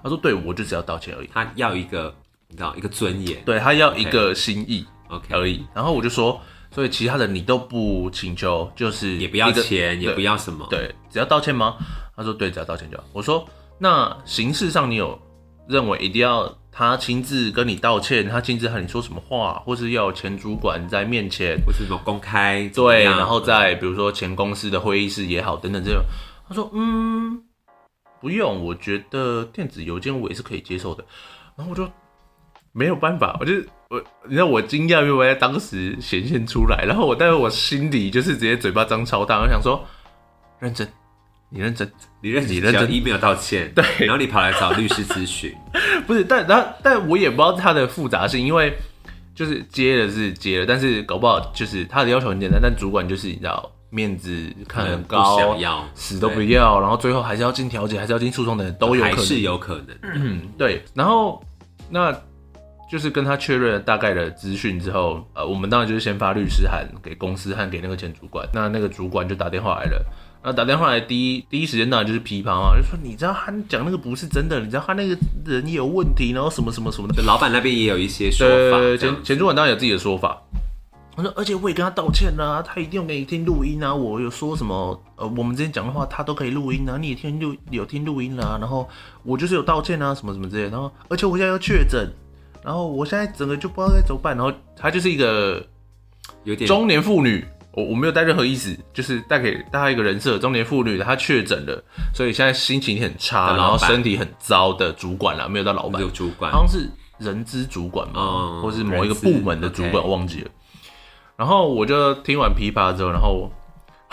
Speaker 2: 他说：“对，我就只要道歉而已。
Speaker 1: 他要一个你知道一个尊严。
Speaker 2: 对呃他要一个心意
Speaker 1: OK，
Speaker 2: 而已。”然后我就说：“所以其他的你都不请求，就是
Speaker 1: 也不要
Speaker 2: 一个
Speaker 1: 钱，也
Speaker 2: 对
Speaker 1: 不要什么。
Speaker 2: 对，只要道歉吗？”他说：“对，只要道歉就好。”我说：“那形式上你有认为一定要他亲自跟你道歉，他亲自和你说什么话，或是要有前主管在面前
Speaker 1: 或是什么公开怎么
Speaker 2: 对，
Speaker 1: 样
Speaker 2: 然后在比如说前公司的会议室也好，等等这种，他说嗯，不用，我觉得电子邮件我也是可以接受的。然后我就没有办法，我就我你知道我惊讶，因为我在当时显现出来，然后我但是我心里就是直接嘴巴张超大，我想说认真，你认真，
Speaker 1: 你认
Speaker 2: 你
Speaker 1: 你
Speaker 2: 认
Speaker 1: 认
Speaker 2: 真
Speaker 1: 真 email 道歉，
Speaker 2: 对
Speaker 1: 然后你跑来找律师咨询，
Speaker 2: 不是，但但但我也不知道它的复杂性，因为就是接了是接了，但是搞不好就是他的要求很简单，但主管就是你知道面子看很高，
Speaker 1: 不想要
Speaker 2: 死都不
Speaker 1: 对
Speaker 2: 要，然后最后还是要进调解，还是要进诉讼等等 都有
Speaker 1: 还
Speaker 2: 可
Speaker 1: 是
Speaker 2: 能。
Speaker 1: 有可能。
Speaker 2: 嗯，对，然后那就是跟他确认了大概的资讯之后，呃，我们当然就是先发律师函给公司和给那个前主管，那那个主管就打电话来了。那打电话来第一第一时间当然就是批判嘛，就说你知道他讲那个不是真的，你知道他那个人也有问题，然后什么什么什么的。
Speaker 1: 就老板那边也有一些说法，
Speaker 2: 对，
Speaker 1: 这样
Speaker 2: 前前主管当然有自己的说法。他说，而且我也跟他道歉啦、他一定有给你听录音啊，我有说什么呃，我们之前讲的话他都可以录音啊，你也听录有听录音啦、啊然后我就是有道歉啊，什么什么之类的，然后而且我现在又确诊，然后我现在整个就不知道该怎么办，然后她就是一个
Speaker 1: 有点
Speaker 2: 中年妇女，我我没有带任何意思，就是带给大家一个人设，中年妇女她确诊了，所以现在心情很差，
Speaker 1: 的
Speaker 2: 然后
Speaker 1: 老板
Speaker 2: 身体很糟的主管啊啦，没有到老板，
Speaker 1: 有主管，
Speaker 2: 好像是人资主管嘛，
Speaker 1: 嗯
Speaker 2: 或是某一个部门的主管，
Speaker 1: 人资
Speaker 2: 我忘记了。然后我就听完琵琶之后，然后 我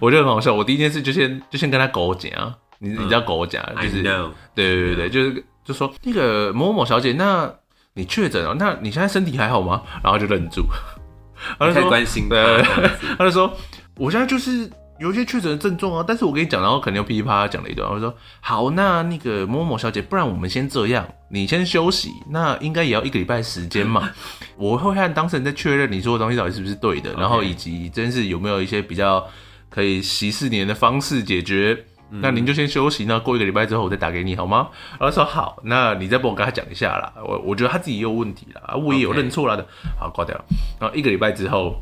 Speaker 2: 我就很好笑，我第一件事就先就先跟他狗讲啊，你你知道狗讲、就
Speaker 1: 嗯 I
Speaker 2: 是
Speaker 1: know，
Speaker 2: 对对对对，就是就说那个某某小姐，那你确诊了，那你现在身体还好吗？然后就愣住， 然后
Speaker 1: 你
Speaker 2: 就
Speaker 1: 可以
Speaker 2: 说
Speaker 1: 关心他
Speaker 2: 对
Speaker 1: 这样子
Speaker 2: 他就说我现在就是有一些确诊的症状啊，但是我跟你讲，然后肯定又噼里啪啦讲了一段，我就说好，那那个某某小姐，不然我们先这样，你先休息，那应该也要一个礼拜时间嘛，我会和当事人再确认你说的东西到底是不是对的，然后以及真是有没有一些比较可以息事宁人的方式解决。那您就先休息，那过一个礼拜之后我再打给你好吗？然后说好，那你再帮我跟他讲一下啦。我我觉得他自己也有问题啦，啊我也有
Speaker 1: OK
Speaker 2: 认错啦的。好，挂掉了。然后一个礼拜之后，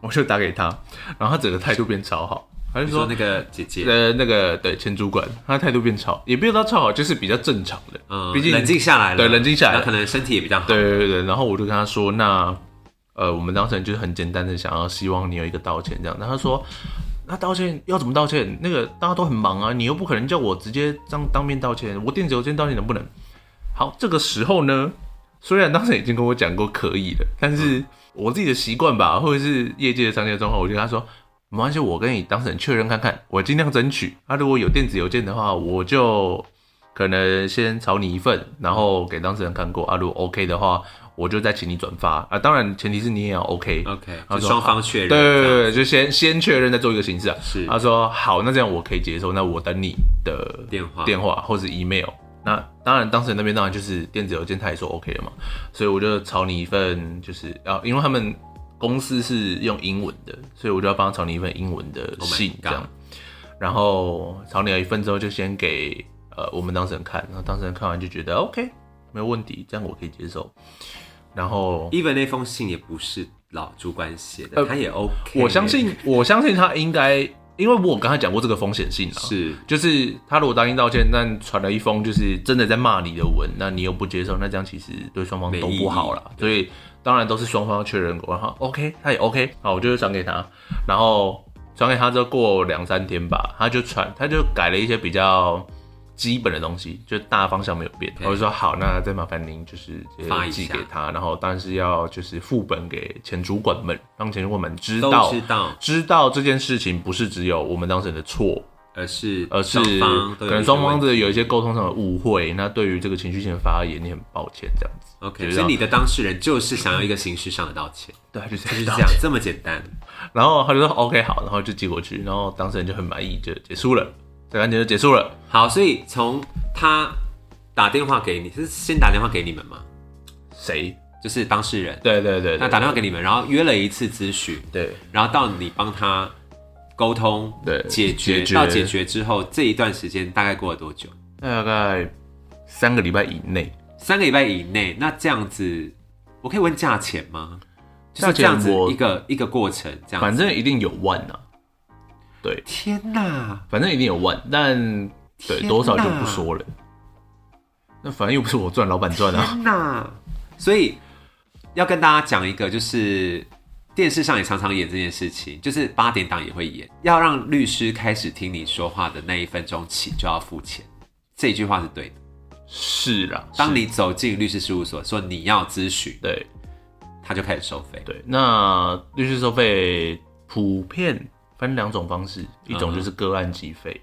Speaker 2: 我就打给他，然后他整个态度变超好，他就
Speaker 1: 你
Speaker 2: 说
Speaker 1: 说那个姐姐，
Speaker 2: 呃那个对前主管，他态度变超，也不知道超好，就是比较正常的，
Speaker 1: 嗯，
Speaker 2: 毕竟
Speaker 1: 冷静下来了，
Speaker 2: 对冷静下来了
Speaker 1: 那可能身体也比较好，
Speaker 2: 对对对对，然后我就跟他说，那呃，我们当事人就是很简单的想要希望你有一个道歉这样。然后他说，那道歉要怎么道歉？那个大家都很忙啊，你又不可能叫我直接当当面道歉，我电子邮件道歉能不能？好，这个时候呢，虽然当时已经跟我讲过可以了，但是
Speaker 1: 嗯
Speaker 2: 我自己的习惯吧，或者是业界的商业状况，我就跟他说。没关系，我跟你当事人确认看看，我尽量争取。他、如果有电子邮件的话，我就可能先炒你一份，然后给当事人看过啊。如果 OK 的话，我就再请你转发啊。当然，前提是你也要 OK。
Speaker 1: ，OK，
Speaker 2: 他
Speaker 1: 就
Speaker 2: 说
Speaker 1: 双方确认，
Speaker 2: 对对
Speaker 1: 这
Speaker 2: 对
Speaker 1: 样，
Speaker 2: 对，就先先确认再做一个形式啊。
Speaker 1: 是
Speaker 2: 他说好，那这样我可以接受，那我等你的
Speaker 1: 电话
Speaker 2: 电话或是 email。那当然，当事人那边当然就是电子邮件，他也说 OK 了嘛，所以我就炒你一份，就是啊，因为他们公司是用英文的，所以我就要帮他炒你一份英文的
Speaker 1: Oh my
Speaker 2: 信
Speaker 1: God
Speaker 2: 这样。然后炒你了一份之后，就先给呃我们当事人看，然后当事人看完就觉得 OK 没有问题，这样我可以接受。然后
Speaker 1: even 那封信也不是老主管写的，
Speaker 2: 呃
Speaker 1: 他也 OK，
Speaker 2: 我相信，我相信他应该，因为我有跟他讲过这个风险性啊，
Speaker 1: 是
Speaker 2: 就是他如果答应道歉，但传了一封就是真的在骂你的文，那你又不接受，那这样其实对双方都不好啦。所以当然都是双方要确认过，然后 OK，他也 OK，好，我就转给他，然后转给他之后过两三天吧，他就传，他就改了一些比较。基本的东西就大方向没有变，我就说好，那再麻烦您就是直接
Speaker 1: 发一
Speaker 2: 寄
Speaker 1: 下
Speaker 2: 给他，然后但是要就是副本给前主管们，让前主管们知道
Speaker 1: 都知道，
Speaker 2: 知道这件事情不是只有我们当事人的错，
Speaker 1: 而是
Speaker 2: 而呃是
Speaker 1: 双方都
Speaker 2: 可
Speaker 1: 有
Speaker 2: 能双方
Speaker 1: 的
Speaker 2: 的有一些沟通上的误会。那对于这个情绪性的发言，你很抱歉这样子。
Speaker 1: OK，
Speaker 2: 就
Speaker 1: 所以
Speaker 2: 让
Speaker 1: 你的当事人就是想要一个形式上的道歉，
Speaker 2: 对，他就是
Speaker 1: 就是
Speaker 2: 道
Speaker 1: 这
Speaker 2: 歉
Speaker 1: 样这么简单，
Speaker 2: 然后他就说 OK 好，然后就寄过去，然后当事人就很满意，就结束了，这个案件就结束了。
Speaker 1: 好，所以从他打电话给你是先打电话给你们吗？
Speaker 2: 谁？
Speaker 1: 就是当事人，
Speaker 2: 对对对
Speaker 1: 那
Speaker 2: 对
Speaker 1: 打电话给你们，然后约了一次咨询，
Speaker 2: 对
Speaker 1: 然后到你帮他沟通，
Speaker 2: 对
Speaker 1: 解决
Speaker 2: 解决
Speaker 1: 到解决之后，这一段时间大概过了多久？
Speaker 2: 大概三个礼拜以内。
Speaker 1: 三个礼拜以内，那这样子，我可以问价钱吗？就
Speaker 2: 价
Speaker 1: 是这
Speaker 2: 钱
Speaker 1: 样子
Speaker 2: 我
Speaker 1: 一个一个过程，这样子。
Speaker 2: 反正一定有万呐、对，
Speaker 1: 天哪，
Speaker 2: 反正一定有万，但对
Speaker 1: 天
Speaker 2: 多少就
Speaker 1: 哪
Speaker 2: 不说了。那反正又不是我赚，老板赚啊。
Speaker 1: 天哪！所以要跟大家讲一个，就是电视上也常常演这件事情，就是八点档也会演，要让律师开始听你说话的那一分钟起就要付钱。这句话是对的。
Speaker 2: 是啦，
Speaker 1: 当
Speaker 2: 是
Speaker 1: 你走进律师事务所，说你要咨询，
Speaker 2: 对
Speaker 1: 他就开始收费。
Speaker 2: 对，那律师收费普遍分两种方式，一种就是个案计费，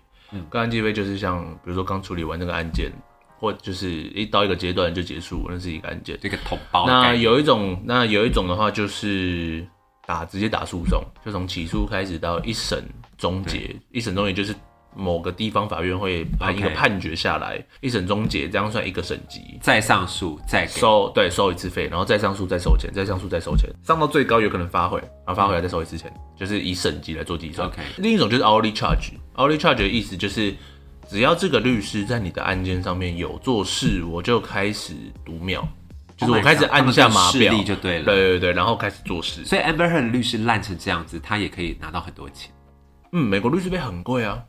Speaker 2: 个案计费就是像比如说刚处理完那个案件，或就是一到一个阶段就结束，那是一个案件。
Speaker 1: 这个同胞的
Speaker 2: 那
Speaker 1: 概念，
Speaker 2: 有一种，那有一种的话就是打直接打诉讼，就从起诉开始到一审终结，一审终结就是某个地方法院会判一个
Speaker 1: OK
Speaker 2: 判决下来，一审终结这样算一个审级。
Speaker 1: 再上诉，再给
Speaker 2: 收对收一次费，然后再上诉再收钱，再上诉再收钱，上到最高有可能发回，然后发回来再收一次钱，就是以审级来做计算。
Speaker 1: OK
Speaker 2: 另一种就是 hourly charge，hourly charge 的意思就是只要这个律师在你的案件上面有做事，我就开始读秒，就
Speaker 1: Oh
Speaker 2: 是
Speaker 1: my
Speaker 2: 我开始
Speaker 1: God，他
Speaker 2: 按
Speaker 1: 们
Speaker 2: 下
Speaker 1: 的
Speaker 2: 码
Speaker 1: 势
Speaker 2: 表，
Speaker 1: 力就对了
Speaker 2: 对对对，然后开始做事。
Speaker 1: 所以 Amber Heard 的律师烂成这样子，他也可以拿到很多钱。
Speaker 2: 嗯，美国律师费很贵啊，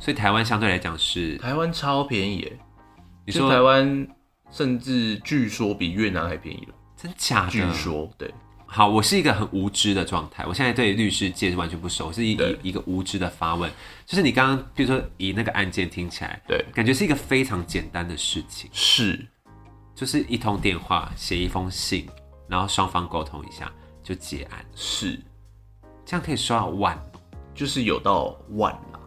Speaker 1: 所以台湾相对来讲是，
Speaker 2: 台湾超便宜耶，
Speaker 1: 你
Speaker 2: 就台
Speaker 1: 说
Speaker 2: 湾甚至据说比越南还便宜了，
Speaker 1: 真假
Speaker 2: 据
Speaker 1: 的？
Speaker 2: 说对。
Speaker 1: 好，我是一个很无知的状态，我现在对律师界是完全不熟，是一
Speaker 2: 对
Speaker 1: 一一个无知的发问。就是你刚刚，比如说以那个案件听起来，
Speaker 2: 对
Speaker 1: 感觉是一个非常简单的事情，
Speaker 2: 是，
Speaker 1: 就是一通电话，写一封信，然后双方沟通一下就结案，
Speaker 2: 是，
Speaker 1: 这样可以收到万哦，
Speaker 2: 就是有到万啦，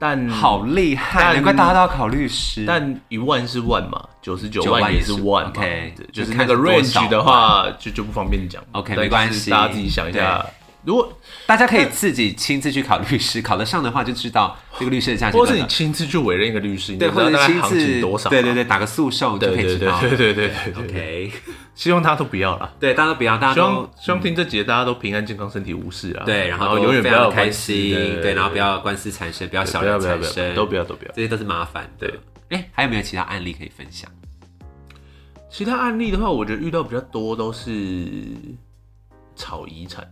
Speaker 2: 但
Speaker 1: 好厉害，
Speaker 2: 但
Speaker 1: 难怪大家都要考律师。
Speaker 2: 但一万是万嘛，九十九
Speaker 1: 9万
Speaker 2: 万
Speaker 1: 也
Speaker 2: 也
Speaker 1: 是
Speaker 2: 是万嘛
Speaker 1: OK，
Speaker 2: 对
Speaker 1: 就
Speaker 2: 就是
Speaker 1: 看
Speaker 2: 那个
Speaker 1: 是多少
Speaker 2: range 的话就就不方便讲
Speaker 1: OK，
Speaker 2: 但
Speaker 1: 没关
Speaker 2: 就是
Speaker 1: 系
Speaker 2: 大家自己想一下。如果
Speaker 1: 大家可以自己亲自去考律师， 考得上的话就知道这个律师的价值
Speaker 2: 或
Speaker 1: 多
Speaker 2: 是你
Speaker 1: 少。
Speaker 2: 亲自去委任一个律师，你
Speaker 1: 对，
Speaker 2: 就知
Speaker 1: 或
Speaker 2: 道
Speaker 1: 者
Speaker 2: 大概
Speaker 1: 亲
Speaker 2: 行情
Speaker 1: 自
Speaker 2: 多少嘛，
Speaker 1: 对对对，打个诉讼就可
Speaker 2: 对
Speaker 1: 以
Speaker 2: 对
Speaker 1: 知道。
Speaker 2: 对对对对对对
Speaker 1: OK，
Speaker 2: 希望大家都不要啦。
Speaker 1: 对，大家都不要，大
Speaker 2: 希
Speaker 1: 家
Speaker 2: 望
Speaker 1: 都
Speaker 2: 希望听这节大家都平安健康身体无事啊，
Speaker 1: 对，然后
Speaker 2: 后
Speaker 1: 都
Speaker 2: 永远
Speaker 1: 非
Speaker 2: 不
Speaker 1: 常的
Speaker 2: 要有
Speaker 1: 开
Speaker 2: 官司
Speaker 1: 心，对，然后不
Speaker 2: 对
Speaker 1: 要官司缠身，不要小
Speaker 2: 不
Speaker 1: 人
Speaker 2: 要不要
Speaker 1: 缠
Speaker 2: 不
Speaker 1: 身，
Speaker 2: 要都不要都不要。
Speaker 1: 这些都是麻烦的
Speaker 2: 对。
Speaker 1: 哎，还有没有其他案例可以分享？
Speaker 2: 其他案例的话，我觉得遇到比较多都是吵遗产。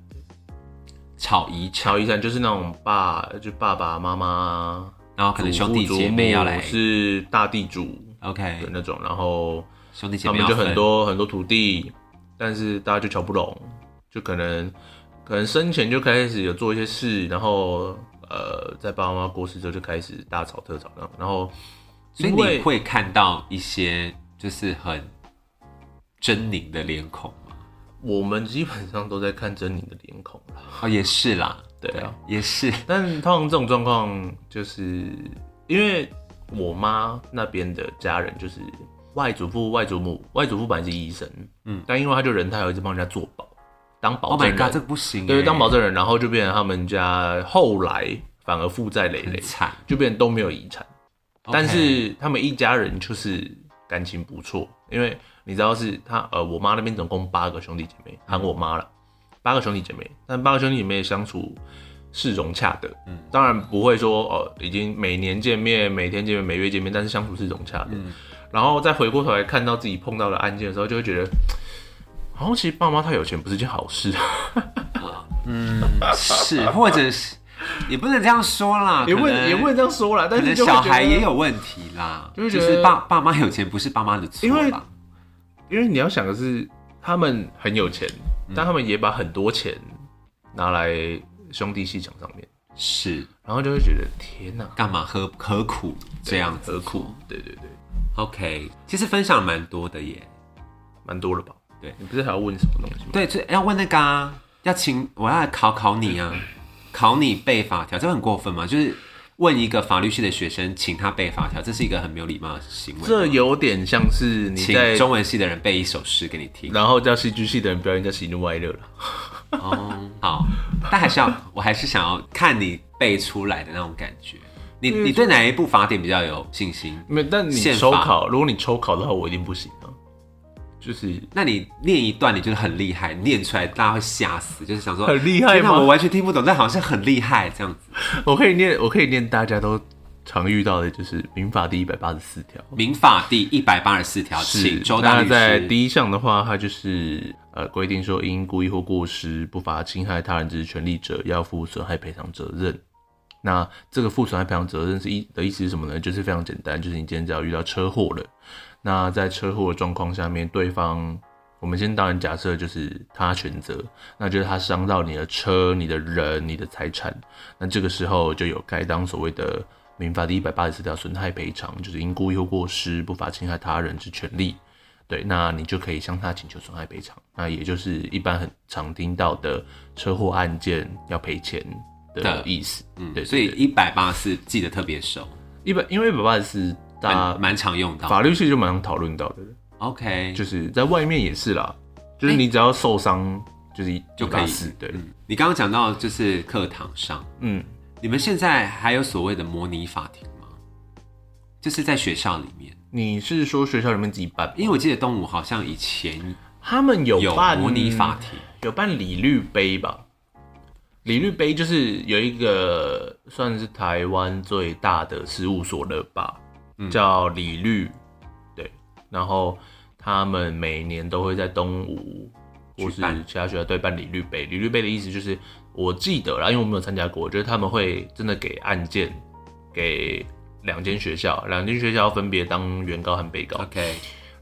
Speaker 1: 吵遗产，
Speaker 2: 乔伊山就是那种爸，就爸爸妈妈、
Speaker 1: 然后可能兄弟
Speaker 2: 祖父
Speaker 1: 姐妹要来
Speaker 2: 祖母是大地主的
Speaker 1: ，OK，
Speaker 2: 那种，然后
Speaker 1: 兄弟姐
Speaker 2: 他
Speaker 1: 妹
Speaker 2: 们
Speaker 1: 要
Speaker 2: 就
Speaker 1: 分
Speaker 2: 很多很多土地，但是大家就瞧不拢，就可能可能生前就开始有做一些事，然后呃，在爸爸妈妈过世之后就开始大吵特吵，然后然后
Speaker 1: 所以
Speaker 2: 因为
Speaker 1: 你会看到一些就是很狰狞的脸孔吗？
Speaker 2: 我们基本上都在看狰狞的脸孔啦，
Speaker 1: 哦，也是啦，
Speaker 2: 对啊，
Speaker 1: 也是，
Speaker 2: 但通常这种状况，就是因为我妈那边的家人就是外祖父、外祖母、外祖父本来是医生，
Speaker 1: 嗯
Speaker 2: 嗯，但因为他就人太好，一直帮人家做保，当
Speaker 1: Oh
Speaker 2: 保证
Speaker 1: my
Speaker 2: 人，
Speaker 1: god，这个不行欸，
Speaker 2: 对，当保证人，然后就变成他们家后来反而负债累累
Speaker 1: 很，惨，
Speaker 2: 就变成都没有遗产。但
Speaker 1: OK
Speaker 2: 是他们一家人就是感情不错，因为你知道是他呃，我妈那边总共八个兄弟姐妹，喊我妈了，八个兄弟姐妹，但八个兄弟姐妹相处是融洽的，嗯，当然不会说哦、已经每年见面、每天见面、每月见面，但是相处是融洽的。然后再回过头来看到自己碰到的案件的时候，就会觉得，嗯好像其实爸妈太有钱不是件好事，啊
Speaker 1: 是，或者是也不能这样说啦，
Speaker 2: 也不
Speaker 1: 可能
Speaker 2: 能也不能这样说啦，
Speaker 1: 可
Speaker 2: 但是
Speaker 1: 能
Speaker 2: 就会
Speaker 1: 小
Speaker 2: 觉
Speaker 1: 孩
Speaker 2: 得
Speaker 1: 也有问题啦，
Speaker 2: 就会觉得
Speaker 1: 是爸爸妈有钱不是爸妈的错
Speaker 2: 因为
Speaker 1: 啦，
Speaker 2: 因为你要想的是，他们很有钱，
Speaker 1: 嗯
Speaker 2: 但他们也把很多钱拿来兄弟戏场上面，
Speaker 1: 是
Speaker 2: 然后就会觉得天哪、
Speaker 1: 干嘛何何苦这样子
Speaker 2: 何苦？对对对，
Speaker 1: ？OK，其实分享蛮多的耶，
Speaker 2: 蛮多了吧？
Speaker 1: 对
Speaker 2: 你不是还要问什么东西吗？
Speaker 1: 对，这要问那个、啊、要请我要来考考你 啊，考你背法条，这很过分吗？就是问一个法律系的学生，请他背法条，这是一个很没有礼貌的行为吗。
Speaker 2: 这有点像是你在
Speaker 1: 请，中文系的人背一首诗给你 听。
Speaker 2: 然后叫戏剧系的人表演叫喜怒哀乐了。
Speaker 1: 哦，好，但还是要，我还是想要看你背出来的那种感觉。你
Speaker 2: 嗯
Speaker 1: 你对哪一部法典比较有信心？
Speaker 2: 没有，但你
Speaker 1: 宪法
Speaker 2: 抽考，如果你抽考的话，我一定不行啊。就是
Speaker 1: 那你念一段，你就是很厉害，念出来大家会吓死，就是想说
Speaker 2: 很厉害吗
Speaker 1: 那我完全听不懂，但好像很厉害这样子。
Speaker 2: 我可以念，我可以念大家都常遇到的就是民法第一百八十四条。
Speaker 1: 民法第一百八十四条，
Speaker 2: 是
Speaker 1: 请，周大
Speaker 2: 那
Speaker 1: 律
Speaker 2: 在
Speaker 1: 师。
Speaker 2: 第一项的话，它就是呃规定说，因故意或过失不法侵害他人之权利者，要负损害赔偿责任。那这个负损害赔偿责任是一的意思是什么呢？就是非常简单，就是你今天只要遇到车祸了，那在车祸的状况下面，对方我们先当然假设就是他全责，那就是他伤到你的车、你的人、你的财产，那这个时候就有该当所谓的民法第一百八十四条损害赔偿，就是因故意或过失不法侵害他人之权利。对，那你就可以向他请求损害赔偿，那也就是一般很常听到的车祸案件要赔钱的
Speaker 1: 的
Speaker 2: 意思。嗯，对，
Speaker 1: 所以一百八十四记得特别熟，
Speaker 2: 一百因为一百八十四，大
Speaker 1: 蛮
Speaker 2: 家
Speaker 1: 蛮常用到。
Speaker 2: 啊法律系就蛮常讨论到的，
Speaker 1: OK，
Speaker 2: 就是在外面也是啦，就是你只要受伤，就是
Speaker 1: 哎就可以嗯
Speaker 2: 死。对，
Speaker 1: 你刚刚讲到就是课堂上，
Speaker 2: 嗯，
Speaker 1: 你们现在还有所谓的模拟法庭吗？就是在学校里面，
Speaker 2: 你是说学校里面自己办吗？
Speaker 1: 因为我记得东吴好像以前
Speaker 2: 他们有
Speaker 1: 有
Speaker 2: 办
Speaker 1: 模拟法庭，
Speaker 2: 有办李律杯吧？李律杯就是有一个算是台湾最大的事务所了吧，
Speaker 1: 嗯
Speaker 2: 叫李律，对。然后他们每年都会在东吴或是
Speaker 1: 举办
Speaker 2: 其他学校对办李律杯。李律杯的意思就是，我记得啦，因为我没有参加过，就是他们会真的给案件给两间学校，两间学校分别当原告和被告。
Speaker 1: OK，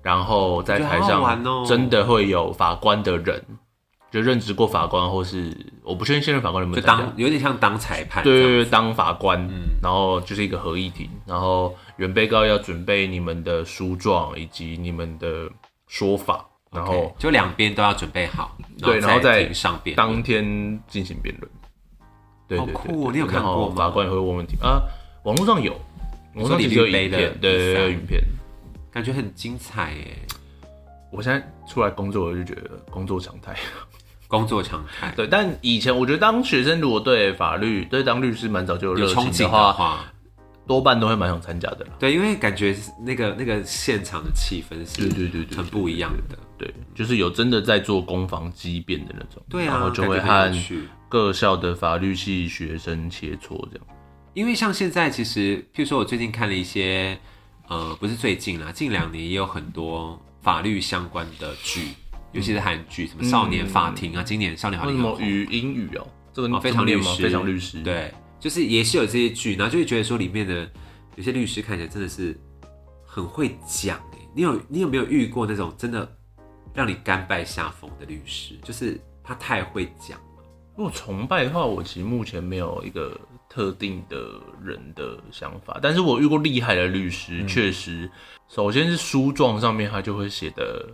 Speaker 2: 然后在台
Speaker 1: 我觉得好好
Speaker 2: 上
Speaker 1: 玩哦
Speaker 2: 真的会有法官的人，就任职过法官，或是我不确定现任法官有没
Speaker 1: 就
Speaker 2: 有参加
Speaker 1: 当嗯有点像当裁判，
Speaker 2: 对对，对，当法官，然后就是一个合议庭，然后原被告要准备你们的书状以及你们的说法，然后
Speaker 1: OK，就两边都要准备好，
Speaker 2: 对，然后
Speaker 1: 在
Speaker 2: 在
Speaker 1: 庭上辩论。
Speaker 2: 当天进行辩论。对对对
Speaker 1: 好酷哦
Speaker 2: 对
Speaker 1: 你有看
Speaker 2: 然后
Speaker 1: 过吗
Speaker 2: 法官也会问问题啊，网络上有，网络上
Speaker 1: 你说
Speaker 2: 其实有
Speaker 1: 李律
Speaker 2: 影
Speaker 1: 杯
Speaker 2: 片，
Speaker 1: 的
Speaker 2: 对对
Speaker 1: 比赛
Speaker 2: 对，有影片。
Speaker 1: 感觉很精彩耶，
Speaker 2: 我现在出来工作，我就觉得工作常态。
Speaker 1: 工作常态。
Speaker 2: 对，但以前我觉得当学生如果对法律、对当律师蛮早就有
Speaker 1: 有
Speaker 2: 热
Speaker 1: 憧
Speaker 2: 情
Speaker 1: 憬的啊
Speaker 2: 的话，
Speaker 1: 话，
Speaker 2: 多半都会蛮想参加的啦。
Speaker 1: 对，因为感觉那个那个现场的气氛是，
Speaker 2: 对对对对
Speaker 1: 很不一样的。
Speaker 2: 对，就是有真的在做攻防激辩的那种，
Speaker 1: 对
Speaker 2: 然
Speaker 1: 啊，
Speaker 2: 后就会
Speaker 1: 感觉很
Speaker 2: 和
Speaker 1: 有趣
Speaker 2: 各校的法律系学生切磋这样。
Speaker 1: 因为像现在，其实譬如说我最近看了一些，呃，不是最近啦，近两年也有很多法律相关的剧，尤其是韩剧，什么《少年法庭》啊，今年《少年法
Speaker 2: 嗯为
Speaker 1: 庭
Speaker 2: 什》
Speaker 1: 很
Speaker 2: 么
Speaker 1: 红
Speaker 2: 语英语哦？这个
Speaker 1: 哦，非
Speaker 2: 这么
Speaker 1: 常律
Speaker 2: 念吗
Speaker 1: 师，
Speaker 2: 非常律师，，
Speaker 1: 对，就是也是有这些剧，然后就会觉得说里面的有些律师看起来真的是很会讲哎，你有你有没有遇过那种真的让你甘拜下风的律师？就是他太会讲了，
Speaker 2: 如果崇拜的话，我其实目前没有一个特定的人的想法，但是我遇过厉害的律师，确、
Speaker 1: 嗯
Speaker 2: 实，首先是书状上面他就会写的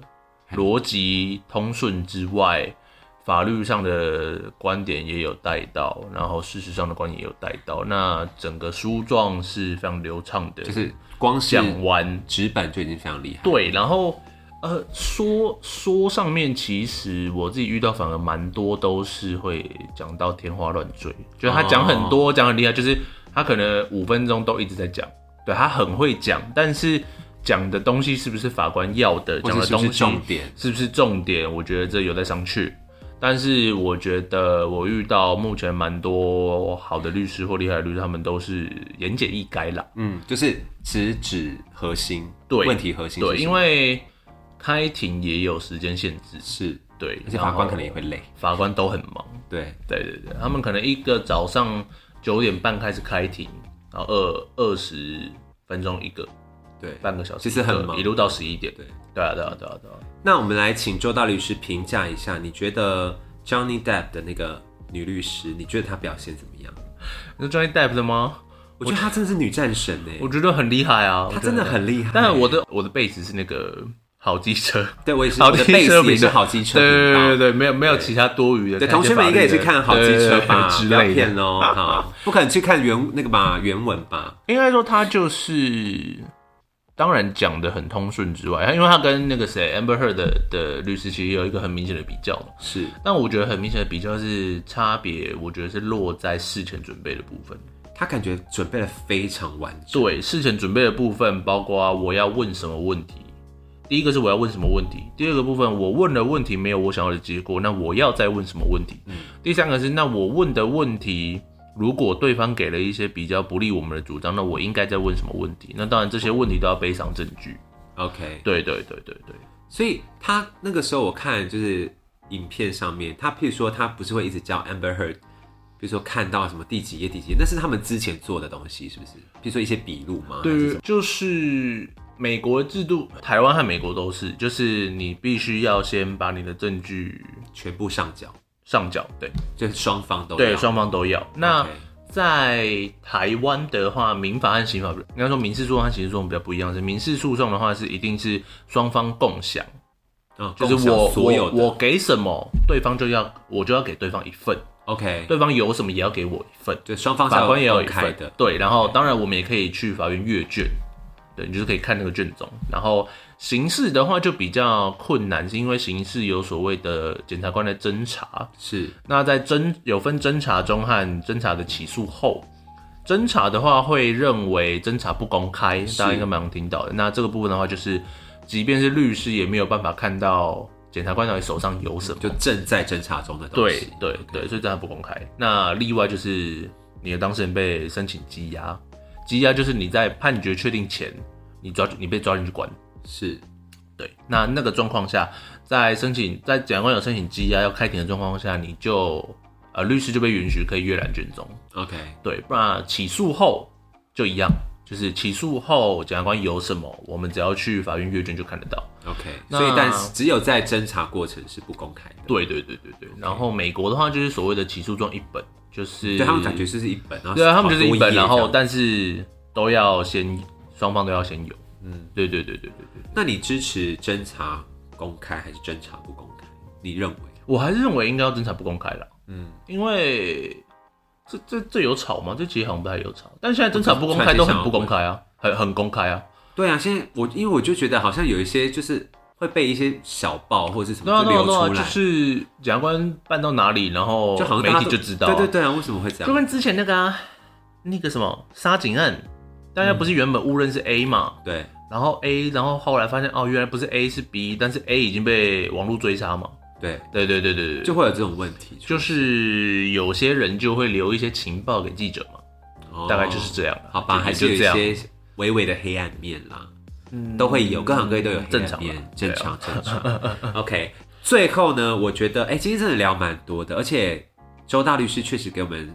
Speaker 2: 逻辑通顺之外，法律上的观点也有带到，然后事实上的观点也有带到，那整个书状是非常流畅的，
Speaker 1: 就是光是
Speaker 2: 讲完
Speaker 1: 纸本就已经非常厉害。
Speaker 2: 对，然后呃，说说上面，其实我自己遇到反而蛮多都是会讲到天花乱坠，就是他讲
Speaker 1: 哦
Speaker 2: 很多，讲、很厉害，就是他可能五分钟都一直在讲，对他很会讲，但是讲的东西是不是法官要的，
Speaker 1: 或者
Speaker 2: 讲的
Speaker 1: 是不
Speaker 2: 东西
Speaker 1: 是重点，
Speaker 2: 是不是重点？我觉得这有待商榷。但是我觉得我遇到目前蛮多好的律师或厉害的律师，他们都是言简意赅啦。
Speaker 1: 嗯，就是直指核心，
Speaker 2: 对
Speaker 1: 问题核心是
Speaker 2: 对，
Speaker 1: 什
Speaker 2: 因
Speaker 1: 么
Speaker 2: 为开庭也有时间限制，
Speaker 1: 是，
Speaker 2: 对，
Speaker 1: 而且法官可能也
Speaker 2: 然后
Speaker 1: 会累，
Speaker 2: 法官都很忙，
Speaker 1: 对，
Speaker 2: 对对对，他们可能一个早上九点半开始开庭，然后二二十分钟一个，
Speaker 1: 对，
Speaker 2: 半个小时
Speaker 1: 其
Speaker 2: 一个，
Speaker 1: 实很忙
Speaker 2: 一路到十一点，
Speaker 1: 对
Speaker 2: 对啊对啊对啊对啊，
Speaker 1: 那我们来请周大律师评价一下，你觉得 Johnny Depp 的那个女律师，你觉得她表现怎么样？
Speaker 2: 那 Johnny Depp 的吗？
Speaker 1: 我觉得她真的是女战神哎、
Speaker 2: 我觉得很厉害
Speaker 1: 她
Speaker 2: 啊，我觉得
Speaker 1: 真的很厉害
Speaker 2: 但我的我的背景是那个好 机车，
Speaker 1: 对我也是，
Speaker 2: 好
Speaker 1: 我的
Speaker 2: 机
Speaker 1: base
Speaker 2: 车
Speaker 1: 也
Speaker 2: 频
Speaker 1: 是
Speaker 2: 道，
Speaker 1: 好机车
Speaker 2: 对对对对
Speaker 1: 频道。
Speaker 2: 对，没有没有其他多余的。
Speaker 1: 对，同学们应该也是看好机车吧，
Speaker 2: 对对对
Speaker 1: 不要
Speaker 2: 之类的
Speaker 1: 骗。 哦，好，不可能去看原那个吧原文吧，
Speaker 2: 应该说他就是，当然讲的很通顺之外，他因为他跟那个谁 Amber Heard 的的律师其实有一个很明显的比较嘛。
Speaker 1: 是
Speaker 2: 但我觉得很明显的比较是差别，我觉得是落在事前准备的部分。
Speaker 1: 她感觉准备的非常完整，
Speaker 2: 对，事前准备的部分包括我要问什么问题。第一个是我要问什么问题，第二个部分我问的问题嗯没有我想要的结果，那我要再问什么问题？第三个是那我问的问题如果对方给了一些比较不利我们的主张，那我应该在问什么问题？那当然，这些问题都要背上证据。
Speaker 1: OK，
Speaker 2: 对对对对对，
Speaker 1: 所以他那个时候我看就是影片上面，他譬如说他不是会一直叫 Amber Heard，比如说看到什么第几页第几页，那是他们之前做的东西是不是？比如说一些笔录吗？还
Speaker 2: 对
Speaker 1: 是什
Speaker 2: 于
Speaker 1: 么，
Speaker 2: 就是美国制度，台湾和美国都是，就是你必须要先把你的证据
Speaker 1: 全部上缴，
Speaker 2: 上缴，对
Speaker 1: 就是双方都
Speaker 2: 对，
Speaker 1: 要
Speaker 2: 双方都要。那
Speaker 1: OK
Speaker 2: 在台湾的话，民法和刑法应该说民事诉讼和刑事诉讼比较不一样，是民事诉讼的话是一定是双方共享，
Speaker 1: 嗯，
Speaker 2: 就是我
Speaker 1: 共享所有
Speaker 2: 我
Speaker 1: 的
Speaker 2: 我给什么，对方就要我就要给对方一份，
Speaker 1: OK，
Speaker 2: 对方有什么也要给我一份，
Speaker 1: 对，双方是
Speaker 2: 法官也有
Speaker 1: 有
Speaker 2: 一
Speaker 1: 公开
Speaker 2: 份
Speaker 1: 的，
Speaker 2: 对，然后当然我们也可以去法院阅卷，对你就是可以看那个卷宗。然后刑事的话就比较困难，是因为刑事有所谓的检察官的侦查，
Speaker 1: 是
Speaker 2: 那在侦有分侦查中和侦查的起诉后。侦查的话会认为侦查不公开，大家应该蛮常听到的。那这个部分的话，就是即便是律师也没有办法看到检察官到底手上有什么，
Speaker 1: 就正在侦查中的东
Speaker 2: 对
Speaker 1: 西。
Speaker 2: 对
Speaker 1: OK
Speaker 2: 对，所以这还不公开。那例外就是你的当事人被申请羁押，羁押就是你在判决确定前，你抓你被抓进去关。
Speaker 1: 是
Speaker 2: 对，那那个状况下，在申请在检察官有申请羁押要开庭的状况下，你就呃律师就被允许可以阅览卷宗。
Speaker 1: OK，
Speaker 2: 对，那起诉后就一样，就是起诉后检察官有什么，我们只要去法院阅卷就看得到。
Speaker 1: OK，
Speaker 2: 那
Speaker 1: 所以但是只有在侦查过程是不公开的。
Speaker 2: 对对对对对。然后美国的话就是所谓的起诉状一本，就是
Speaker 1: 对他们感觉就是一本，然后
Speaker 2: 对啊，他们就是一
Speaker 1: 好多
Speaker 2: 本，
Speaker 1: 页
Speaker 2: 然
Speaker 1: 这
Speaker 2: 后
Speaker 1: 样
Speaker 2: 但是都要先双方都要先有。嗯，对对对对对对，
Speaker 1: 那你支持侦查公开还是侦查不公开？你认为？
Speaker 2: 我还是认为应该要侦查不公开啦。嗯，因为这这这有吵吗？这其实好像不太有吵，但现在侦查不公开都很不公开啊，很很公开啊。
Speaker 1: 对啊，现在我因为我就觉得好像有一些就是会被一些小报或者是什
Speaker 2: 对啊
Speaker 1: 么就
Speaker 2: 对啊
Speaker 1: 流
Speaker 2: 对啊，
Speaker 1: 出
Speaker 2: 就
Speaker 1: 来，
Speaker 2: 是检察官办到哪里，然后
Speaker 1: 就好像
Speaker 2: 媒
Speaker 1: 大家
Speaker 2: 体
Speaker 1: 都
Speaker 2: 就知道啊、
Speaker 1: 对对对啊，为什么会这
Speaker 2: 就
Speaker 1: 样？
Speaker 2: 跟之前那个啊，那个什么杀警案，大家不是原本误认是 A 嘛，
Speaker 1: 对，
Speaker 2: 然后 A，然后后来发现哦，原来不是 A 是 B，但是 A 已经被网络追杀嘛。
Speaker 1: 对，
Speaker 2: 对对对对对，
Speaker 1: 就
Speaker 2: 就
Speaker 1: 会有这种问题，
Speaker 2: 就是有些人就会留一些情报给记者嘛，
Speaker 1: 哦
Speaker 2: 大概就是这样啦。
Speaker 1: 好吧，
Speaker 2: 就
Speaker 1: 还是
Speaker 2: 就
Speaker 1: 有一
Speaker 2: 这样。
Speaker 1: 些微微的黑暗面啦，都会有，各行各业都有黑
Speaker 2: 正常
Speaker 1: 暗
Speaker 2: 啦
Speaker 1: 面，
Speaker 2: 对
Speaker 1: 正
Speaker 2: 啊
Speaker 1: 常正常。OK，最 后呢，我觉得哎、今天真的聊蛮多的，而且周大律师确实给我们